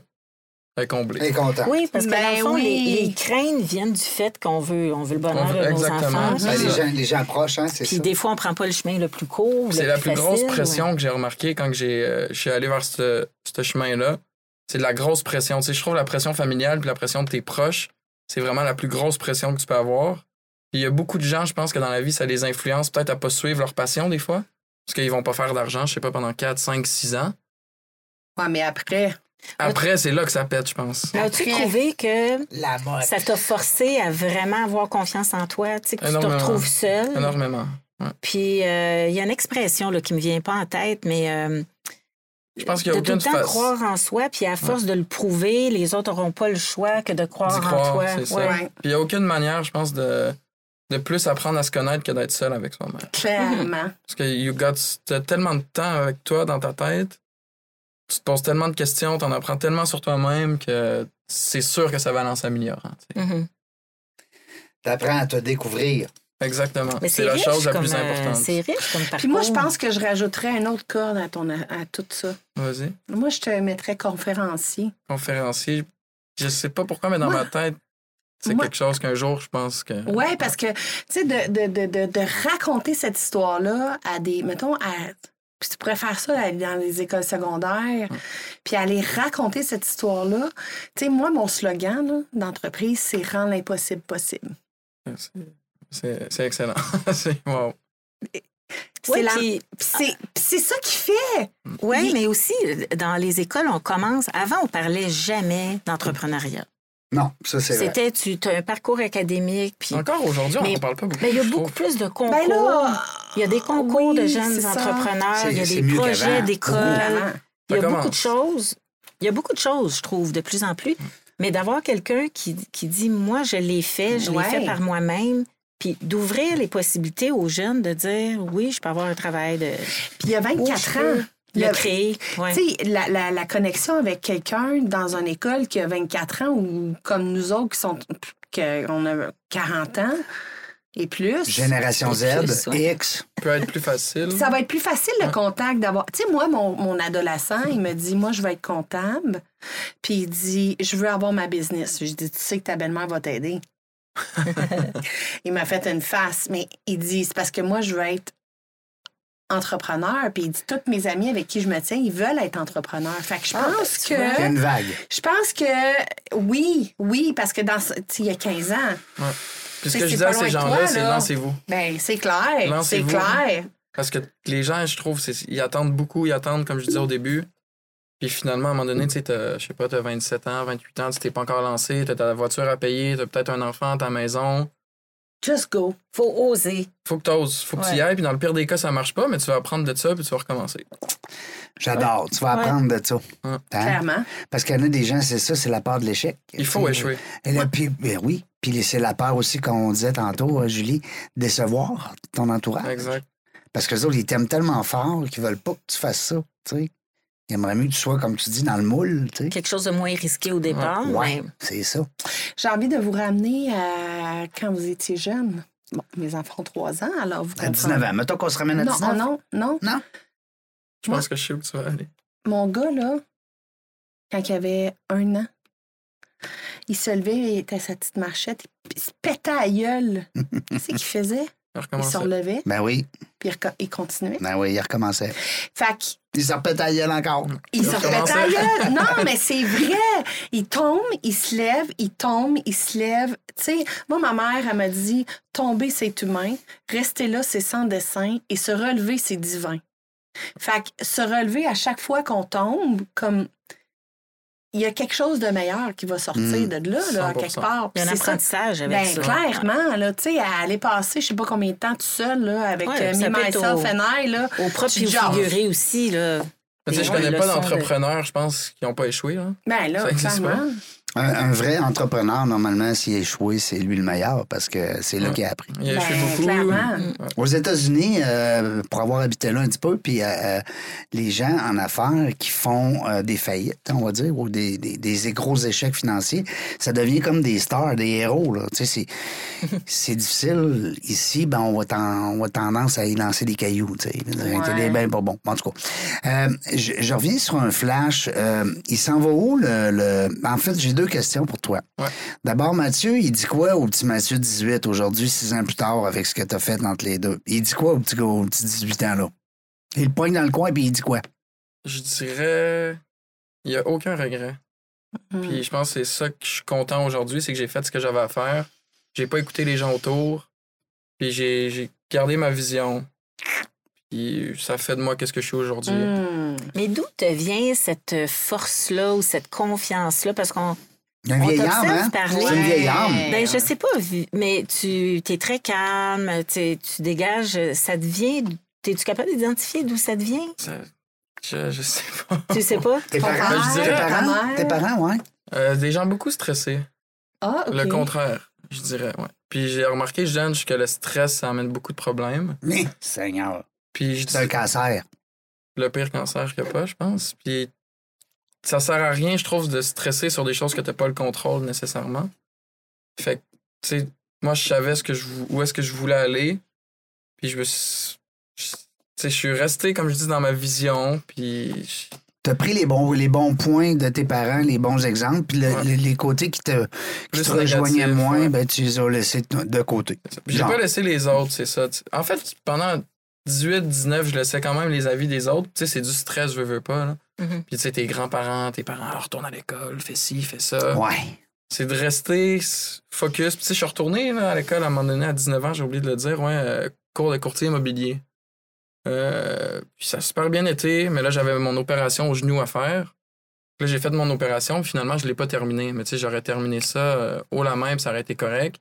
est comblée. Et content. Oui, parce que dans Ben le fond, oui. les, les craintes viennent du fait qu'on veut, on veut le bonheur On veut- de nos exactement. enfants. Ben, Ben, les, ça. gens, les gens proches, hein, c'est Puis ça. des fois, on prend pas le chemin le plus court. C'est le la plus grosse facile, pression ouais. que j'ai remarquée quand que j'ai, euh, je suis allé vers ce, ce chemin-là. C'est de la grosse pression. Tu sais, je trouve la pression familiale puis la pression de tes proches, c'est vraiment la plus grosse pression que tu peux avoir. Puis Il y a beaucoup de gens, je pense que dans la vie, ça les influence peut-être à pas suivre leur passion des fois. Parce qu'ils vont pas faire d'argent, je sais pas, pendant 4, 5, 6 ans. ouais, mais après, Après, c'est là que ça pète, je pense. Mais As-tu Après- trouvé que La mode. Ça t'a forcé à vraiment avoir confiance en toi, tu sais, que tu te Énormément. retrouves seul. Énormément. Ouais. Puis euh, il y a une expression là, qui me vient pas en tête, mais euh, Je pense qu'il y a de tout aucune le temps face. croire en soi, puis à force de le prouver, les autres n'auront pas le choix que de croire, D'y croire, en toi. c'est ça. Ouais. ouais, Puis il y a aucune manière, je pense, de, de plus apprendre à se connaître que d'être seul avec soi-même. clairement. Parce que you got, t'as tellement de temps avec toi dans ta tête, tu te poses tellement de questions, t'en apprends tellement sur toi-même que c'est sûr que ça va en s'améliorant. tu Mhm. T'apprends à te découvrir. sais. Exactement. Mais C'est la riche chose la comme, plus euh, importante. C'est riche comme parcours. Puis moi, je pense que je rajouterais une autre corde à, ton, à tout ça. Vas-y. Moi, je te mettrais conférencier. Conférencier. Je sais pas pourquoi, mais dans Moi- ma tête, c'est Moi- quelque chose qu'un jour, je pense que. Oui, parce que, tu sais, de, de, de, de, de raconter cette histoire-là à des. Mettons, à. Puis tu pourrais faire ça là, dans les écoles secondaires, puis aller raconter cette histoire-là. Tu sais, moi, mon slogan là, d'entreprise, c'est rendre l'impossible possible. c'est- C'est c'est excellent. c'est wow. Puis Ouais, c'est la- puis- puis c'est- puis c'est ça qui fait. ouais, Il- mais aussi, euh, dans les écoles, on commence. Avant, on parlait jamais d'entrepreneuriat. Non, ça, c'est vrai. C'était, tu as un parcours académique, puis. Encore aujourd'hui, on Mais- en parle pas beaucoup. Ben, il y a je beaucoup trouve. plus de concours. Ben là, Il y a des concours oui, de c'est jeunes ça. entrepreneurs, C'est- il y a c'est des mieux projets qu'avant. euh, d'école. Il y a beaucoup Ça de commence. choses. Il y a beaucoup de choses, je trouve, de plus en plus. Mais d'avoir quelqu'un qui, qui dit Moi, je l'ai fait, je Ouais. l'ai fait par moi-même, puis d'ouvrir les possibilités aux jeunes de dire Oui, je peux avoir un travail de. Puis il y a 24 Oh, je ans. peux le- le créer. Ouais. Tu sais, la, la- la connexion avec quelqu'un dans une école qui a 24 ans ou comme nous autres qui sont qu'on a 40 ans et plus. Génération C'est Z, plus, ouais. X. peut être plus facile. Ça va être plus facile le contact d'avoir. Tu sais, moi, mon, mon adolescent, il me dit Moi, je vais être comptable. Puis il dit Je veux avoir ma business. Je dis Tu sais que ta belle-mère va t'aider. il m'a fait une face, mais il dit C'est parce que moi, je veux être entrepreneur, puis il dit toutes mes amis avec qui je me tiens, ils veulent être entrepreneurs. Fait que je pense Ah, ben, tu que vois. Il y a une vague. je pense que oui, oui, parce que dans ce- tu sais, il y a 15 ans, Puis C'est- ce que je c'est dis à pas ces loin de gens-là, toi, c'est là. lancez-vous. ben c'est clair, c'est Lancez-vous. clair. Parce que les gens, je trouve, c'est- ils attendent beaucoup, ils attendent, comme je disais au début. Puis finalement, à un moment donné, tu sais, t'as- je sais pas, t'as 27 ans, 28 ans, tu t'es pas encore lancé, t'as ta voiture à payer, t'as peut-être un enfant à ta maison. Just go. faut oser. Faut que t'oses, faut que tu y Ouais. ailles, puis dans le pire des cas, ça marche pas, mais tu vas apprendre de ça, puis tu vas recommencer. J'adore. Tu vas apprendre de ça. Ouais. Hein? Clairement. Parce qu'il y en a des gens, c'est ça, c'est la part de l'échec. Il faut Tu- échouer. Et là, puis, ben oui. Puis c'est la part aussi, comme on disait tantôt, euh, Julie, décevoir ton entourage. Exact. Parce que autres, ils t'aiment tellement fort qu'ils veulent pas que tu fasses ça. Tu sais. Ils aimeraient mieux que tu sois, comme tu dis, dans le moule. Tu sais. Quelque chose de moins risqué au départ. Ouais, mais- c'est ça. J'ai envie de vous ramener à quand vous étiez jeune. Bon, mes enfants ont 3 ans, alors vous À comprenez. 19 ans. Mettons qu'on se ramène à Non, ah, 19 non, non. Je Moi- pense que je sais où tu vas aller. Mon gars, là, quand il avait un an, il se levait, il était à sa petite marchette, il se pétait à la gueule. Qu'est-ce qu'il faisait? Je Il recommence. se relevait, Ben oui, puis il reco- il continuait. ben oui, il recommençait. Fait qu'il Il s'en pète à la gueule encore. Il Il se recommence. remet à gueule. Non, mais c'est vrai. Il tombe, il se lève, il tombe, il se lève. Tu sais, moi, ma mère, elle m'a dit tomber, c'est humain. Rester là, c'est sans dessein. Et se relever, c'est divin. Fait que se relever à chaque fois qu'on tombe, comme. Il y a quelque chose de meilleur qui va sortir de là, là, à 100%. quelque part. Il y a un C'est ça. apprentissage avec Ben, ça. clairement, là, tu sais, à aller passer, je sais pas combien de temps tout seul, là, avec Ouais, euh, ça Me, peut être Myself au- and I, là. Au propre Tu et au jases. figuré aussi. Là. Mais tu sais, je Ouais, connais le pas son de- d'entrepreneurs, je pense, qui n'ont pas échoué. Là. Ben, là, Ça existe pas. clairement. Un, un vrai entrepreneur, normalement, s'il a échoué, c'est lui le meilleur parce que c'est là Ouais. qu'il a appris. Il a échoué Ben, beaucoup. clairement. Mm. Aux États-Unis, euh, pour avoir habité là un petit peu, puis euh, euh, les gens en affaires qui font euh, des faillites, on va dire, ou des, des- des gros échecs financiers, ça devient comme des stars, des héros. Là. Tu sais, c'est- c'est difficile. Ici, ben, on, va ten- on va tendance à y lancer des cailloux. Tu sais. T'es des ben pas bon. En tout cas, euh, je, je reviens sur un flash. Euh, il s'en va où? Le, le- En fait, j'ai deux questions pour toi. Ouais. D'abord, Mathieu, il dit quoi au petit Mathieu 18 aujourd'hui, six ans plus tard, avec ce que tu as fait entre les deux? Il dit quoi au petit, gars, au petit 18 ans, là? Il le poigne dans le coin, puis il dit quoi? Je dirais, il n'y a aucun regret. Mm. Puis je pense que c'est ça que je suis content aujourd'hui, c'est que j'ai fait ce que j'avais à faire. J'ai pas écouté les gens autour. Puis j'ai j'ai gardé ma vision. Puis ça fait de moi qu'est-ce que je suis aujourd'hui. Hmm. Mais d'où te vient cette euh, force-là ou cette confiance-là? Parce qu'on. Il y a un On vieil t'observe âme, hein? parler. C'est une vieille Ouais. âme. Ben, je sais pas, vi- mais tu es très calme, t'es- tu dégages, ça devient. Es-tu capable d'identifier d'où ça devient? Ça- je, je sais pas. Tu sais pas? Tes Ton parents, père, tes ta parents, mère. tes parents, ouais. Euh, des gens beaucoup stressés. Ah, OK. Le contraire, je dirais. Ouais. Puis j'ai remarqué jeune que le stress, ça amène beaucoup de problèmes. Mais, Seigneur, Puis je c'est un cancer. le pire cancer qu'il n'y a pas, je pense. Puis ça sert à rien, je trouve, de stresser sur des choses que tu pas le contrôle nécessairement. Fait que, tu sais, moi, je savais ce que je, vou- où est-ce que je voulais aller. Puis je me suis. je- Tu sais, je suis resté, comme je dis, dans ma vision. Puis je- T'as pris les bons, les bons points de tes parents, les bons exemples, puis le- Ouais. les, les côtés qui te, qui Plus te rejoignaient négatif, moins, ouais. ben, tu les as laissés de de côté. j'ai Genre. pas laissé les autres, c'est ça. tu- En fait, pendant 18-19, je laissais quand même les avis des autres. Tu sais, c'est du stress, je veux, veux pas. Là. Mhm. Puis tu sais, tes grands-parents, tes parents, Ah, retourne à l'école, fais ci, fais ça. Ouais. c'est de rester s- focus. Puis, tu sais, je suis retourné là, à l'école à un moment donné, à 19 ans, j'ai oublié de le dire, ouais, euh, cours de courtier immobilier. Euh, puis ça a super bien été, mais là, j'avais mon opération au genou à faire. Là, j'ai fait mon opération, puis finalement, je l'ai pas terminée. Mais tu sais, j'aurais terminé ça euh, haut la main, puis ça aurait été correct.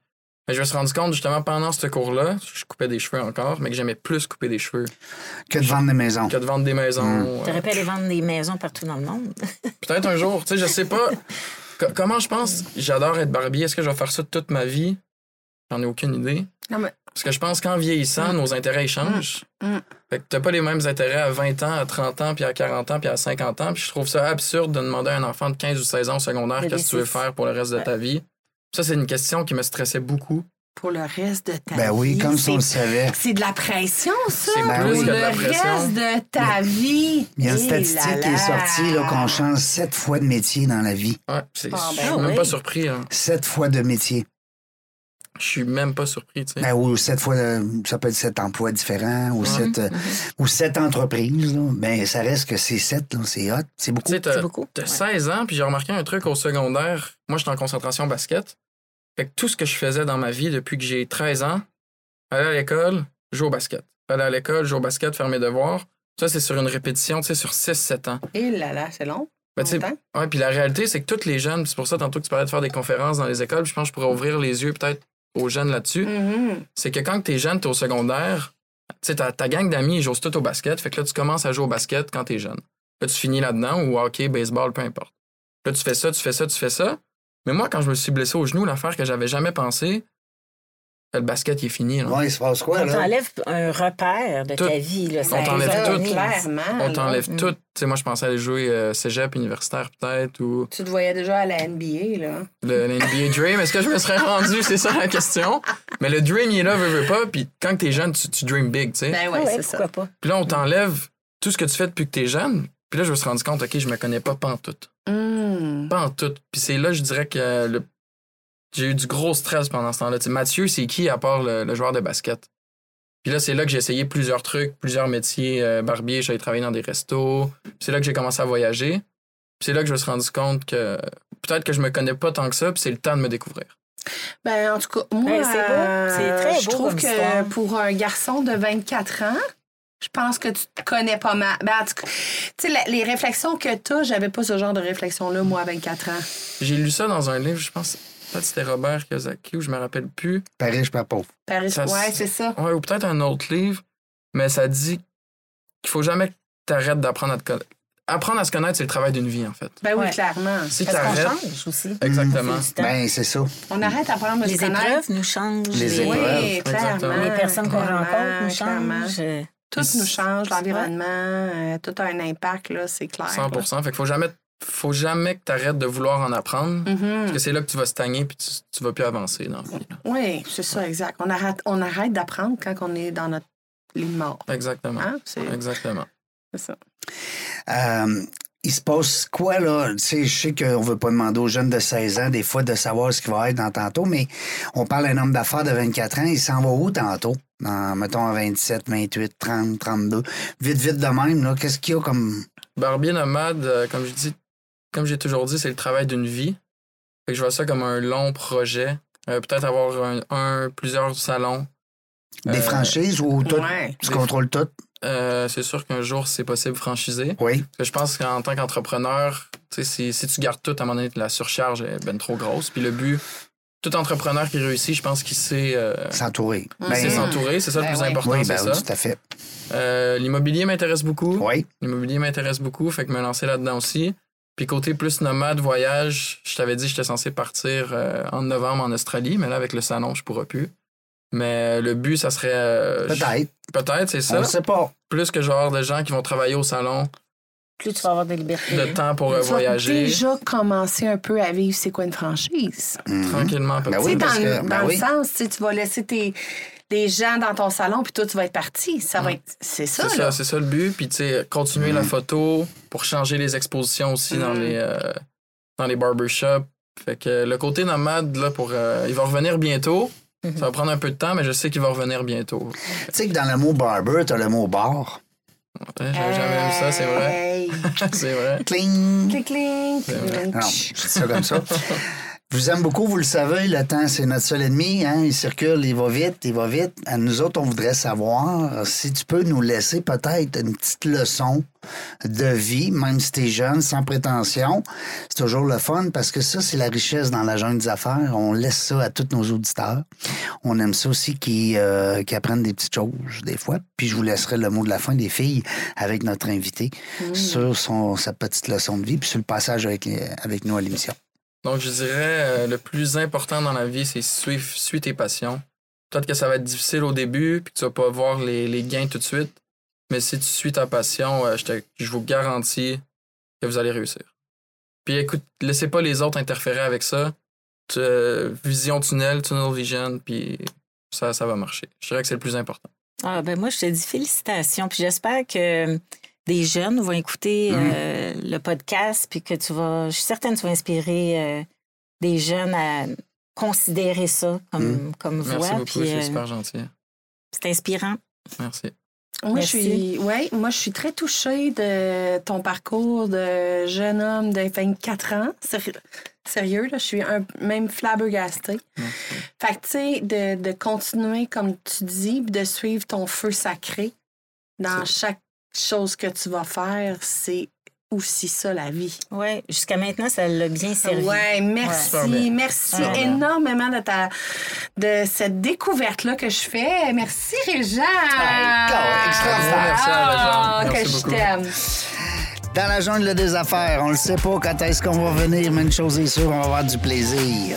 Mais je me suis rendu compte, justement, pendant ce cours-là, je coupais des cheveux encore, mais que j'aimais plus couper des cheveux Que de vendre des maisons. que de vendre des maisons. Tu euh, aurais pu aller vendre des maisons partout dans le monde. Peut-être un jour, tu sais, je sais pas. Co- comment je pense, j'adore être barbier. Est-ce que je vais faire ça toute ma vie? J'en ai aucune idée. Non, mais- Parce que je pense qu'en vieillissant, nos intérêts ils changent. Mm. Fait que t'as pas les mêmes intérêts à 20 ans, à 30 ans, puis à 40 ans, puis à 50 ans. Puis je trouve ça absurde de demander à un enfant de 15 ou 16 ans au secondaire Mais qu'est-ce que tu veux c'est- faire pour le reste de ta vie. Ça, c'est une question qui me stressait beaucoup. Pour le reste de ta Ben oui, vie. comme si on le c'est- savait. C'est de la pression, ça. C'est Ben plus Pour que oui. de le la pression. reste de ta vie. Il y a une Eh statistique là qui est là. sortie là, qu'on change sept fois de métier dans la vie. Ouais, c'est- Ah, ben je suis même oui. pas surpris. hein. Sept fois de métier. Je suis même pas surpris, tu sais. Ben, ou sept fois, euh, ça peut être sept emplois différents, ou, sept, euh, ou sept entreprises. là. Ben, ça reste que c'est sept, là, c'est hot. C'est beaucoup. Tu sais, t'as C'est beaucoup, t'as ouais. 16 ans, puis j'ai remarqué un truc au secondaire. Moi, j'étais en concentration basket. Fait que tout ce que je faisais dans ma vie depuis que j'ai 13 ans, aller à l'école, jouer au basket. Aller à l'école, jouer au basket, faire mes devoirs. Ça, c'est sur une répétition, tu sais, sur 6-7 ans. Et Eh là là, c'est long. Ben, tu sais, longtemps. ouais, puis la réalité, c'est que toutes les jeunes, c'est pour ça, tantôt que tu parlais de faire des conférences dans les écoles, je pense que je pourrais ouvrir les yeux peut-être aux jeunes là-dessus. Mhm. c'est que quand t'es jeune, t'es au secondaire, tu sais, ta, ta gang d'amis, ils jouent tout au basket. Fait que là, tu commences à jouer au basket quand t'es jeune. Là, tu finis là-dedans ou au hockey, baseball, peu importe. Là, tu fais ça, tu fais ça, tu fais ça. Mais moi, quand je me suis blessé au genou, l'affaire que j'avais jamais pensé, euh, le basket, il est fini. là. Ouais, il se passe quoi, On là? t'enlève un repère de hein? Tout. ta vie. Là, ça On t'enlève arrive à tout. venir. Ben, Clairement. On là. t'enlève Mm. tout. Tu sais, moi, je pensais aller jouer euh, cégep universitaire, peut-être, ou Tu te voyais déjà à la NBA, là. le le NBA Dream. Est-ce que je me serais rendu? C'est ça la question. Mais le dream, il est là, veux, veux pas. Puis quand t'es jeune, tu, tu dream big, tu sais. Ben Ah ouais, ouais, c'est ça. pourquoi pas? Puis là, on t'enlève tout ce que tu fais depuis que t'es jeune. Puis là, je me suis rendu compte, OK, je me connais pas pantoute. Hmm. Mm. Pantoute. Puis c'est là, je dirais que euh, le- j'ai eu du gros stress pendant ce temps-là. Tu sais, Mathieu, c'est qui à part le, le joueur de basket? Puis là, c'est là que j'ai essayé plusieurs trucs, plusieurs métiers. euh, barbier, j'allais travailler dans des restos. Puis c'est là que j'ai commencé à voyager. Puis c'est là que je me suis rendu compte que peut-être que je me connais pas tant que ça, puis c'est le temps de me découvrir. Ben, en tout cas, moi, Ben, c'est beau. euh, C'est très je beau trouve comme que histoire. pour un garçon de 24 ans, je pense que tu te connais pas mal. Ben, en tout cas, tu sais, la- les réflexions que tu j'avais pas ce genre de réflexion-là, moi, à 24 ans. J'ai lu ça dans un livre, je pense, peut-être que c'était Robert Kiyosaki, ou je me rappelle plus. Paris, je pas pauvre. Paris, Ça, ouais, c'est c'est- ça. Ouais, ou peut-être un autre livre, mais ça dit qu'il faut jamais que tu arrêtes d'apprendre à te connaître. Apprendre à se connaître, c'est le travail d'une vie, en fait. Ben oui, Ouais. clairement. Si tu Parce qu'on arrêtes. change aussi. Exactement. C'est du temps. Ben, c'est ça. On arrête à prendre les épreuves nous changent. Les les- épreuves. Oui, clairement. Exactement. Les personnes qu'on Clairement, rencontre nous clairement. changent. euh, Tout nous change, l'environnement, euh, tout a un impact, là, c'est clair. 100 Fait qu'il faut jamais, faut jamais que tu arrêtes de vouloir en apprendre. Mhm. Mm-hmm. Parce que c'est là que tu vas stagner puis tu, tu vas plus avancer dans la vie. Oui, c'est ça, exact. On arrête, on arrête d'apprendre quand on est dans notre lit de mort. Exactement. Ah. Hein? C'est Exactement. c'est ça. Euh, il se passe quoi, là? Tu sais, je sais qu'on veut pas demander aux jeunes de 16 ans, des fois, de savoir ce qu'il va être dans tantôt, mais on parle d'un homme d'affaires de 24 ans, il s'en va où tantôt? Dans, mettons, à 27, 28, 30, 32. Vite, vite de même, là. Qu'est-ce qu'il y a comme. Barbier nomade, euh, comme je dis, comme j'ai toujours dit, c'est le travail d'une vie. Fait que je vois ça comme un long projet. Euh, peut-être avoir un, un, plusieurs salons. Des Euh, franchises ou tout? Ouais. Tu contrôles tout? Euh, c'est sûr qu'un jour, c'est possible franchiser. Oui. Parce que je pense qu'en tant qu'entrepreneur, tu sais, si, si tu gardes tout, à un moment donné, la surcharge est ben trop grosse. Puis le but, tout entrepreneur qui réussit, je pense qu'il sait, euh, S'entourer. Mhm. il sait Ben, s'entoure. s'entourer. C'est ça Ben le plus oui. important, oui, c'est ben, ça. oui, tout à fait. Euh, L'immobilier m'intéresse beaucoup. Oui. L'immobilier m'intéresse beaucoup, fait que me lancer là-dedans aussi. Puis côté plus nomade, voyage, je t'avais dit que j'étais censé partir euh, en novembre en Australie, mais là, avec le salon, je pourrais plus. Mais le but, ça serait... euh, je- Peut-être. Peut-être, c'est On ça. ne sait pas. Plus que genre de gens qui vont travailler au salon, Plus tu vas avoir de liberté. de temps pour euh, Tu as voyager. déjà commencé un peu à vivre c'est quoi une franchise. Mhm. Tranquillement, Ben petit. tu sais, oui, dans, parce que- le- ben dans oui. le sens, tu sais, tu vas laisser tes, les gens dans ton salon, puis toi, tu vas être parti. Ça va Mm. être. C'est ça, C'est là. ça, c'est ça le but. Puis, tu sais, continuer Mm. la photo pour changer les expositions aussi dans Mm. les, euh, dans les barbershops. Fait que le côté nomade, là, pour, euh, il va revenir bientôt. Ça va prendre un peu de temps, mais je sais qu'il va revenir bientôt. Tu sais que dans le mot barber, t'as le mot bar. Hein, J'avais jamais vu ça, c'est vrai. Hey. c'est vrai. Cling! Clic, clic, C'est vrai. clic. Non, je dis ça comme ça. Je vous aime beaucoup, vous le savez, le temps, c'est notre seul ennemi. hein. Il circule, il va vite, il va vite. À nous autres, on voudrait savoir si tu peux nous laisser peut-être une petite leçon de vie, même si t'es jeune, sans prétention. C'est toujours le fun parce que ça, c'est la richesse dans la jungle des affaires. On laisse ça à tous nos auditeurs. On aime ça aussi qui, apprennent des petites choses, des fois. Puis je vous laisserai le mot de la fin des filles avec notre invité sur son, sa petite leçon de vie, puis sur le passage avec, les- avec nous à l'émission. Donc, je dirais, euh, le plus important dans la vie, c'est suivre, suis tes passions. Peut-être que ça va être difficile au début, puis que tu vas pas voir les, les gains tout de suite. Mais si tu suis ta passion, euh, je, te- je vous garantis que vous allez réussir. Puis écoute, laissez pas les autres interférer avec ça. Tu- euh, vision tunnel, tunnel vision, puis ça, ça va marcher. Je dirais que c'est le plus important. Ah, ben moi, je te dis félicitations. Puis j'espère que euh, des jeunes vont écouter euh, le podcast, puis que tu vas. Je suis certaine que tu vas inspirer euh, des jeunes à, considérer ça comme, comme voie. Mmh. Merci beaucoup, puis, c'est euh, super gentil. c'est inspirant. Merci. Moi, je Merci. suis, ouais, moi, je suis très touchée de ton parcours de jeune homme de 24 ans. Séri- Sérieux, là, je suis un, même flabbergastée. Fait que, tu sais, de, de continuer, comme tu dis, puis de suivre ton feu sacré dans chaque chose que tu vas faire, c'est aussi ça, la vie. Oui, jusqu'à maintenant, ça l'a bien servi. Ouais, merci. Super bien. Merci Super bien. énormément de ta de cette découverte-là que je fais. Merci, Réjean. God, extraordinaire. Merci à Réjean. Ah, Merci que je beaucoup. t'aime. Dans la jungle des affaires, on le sait pas quand est-ce qu'on va venir, mais une chose est sûre, on va avoir du plaisir.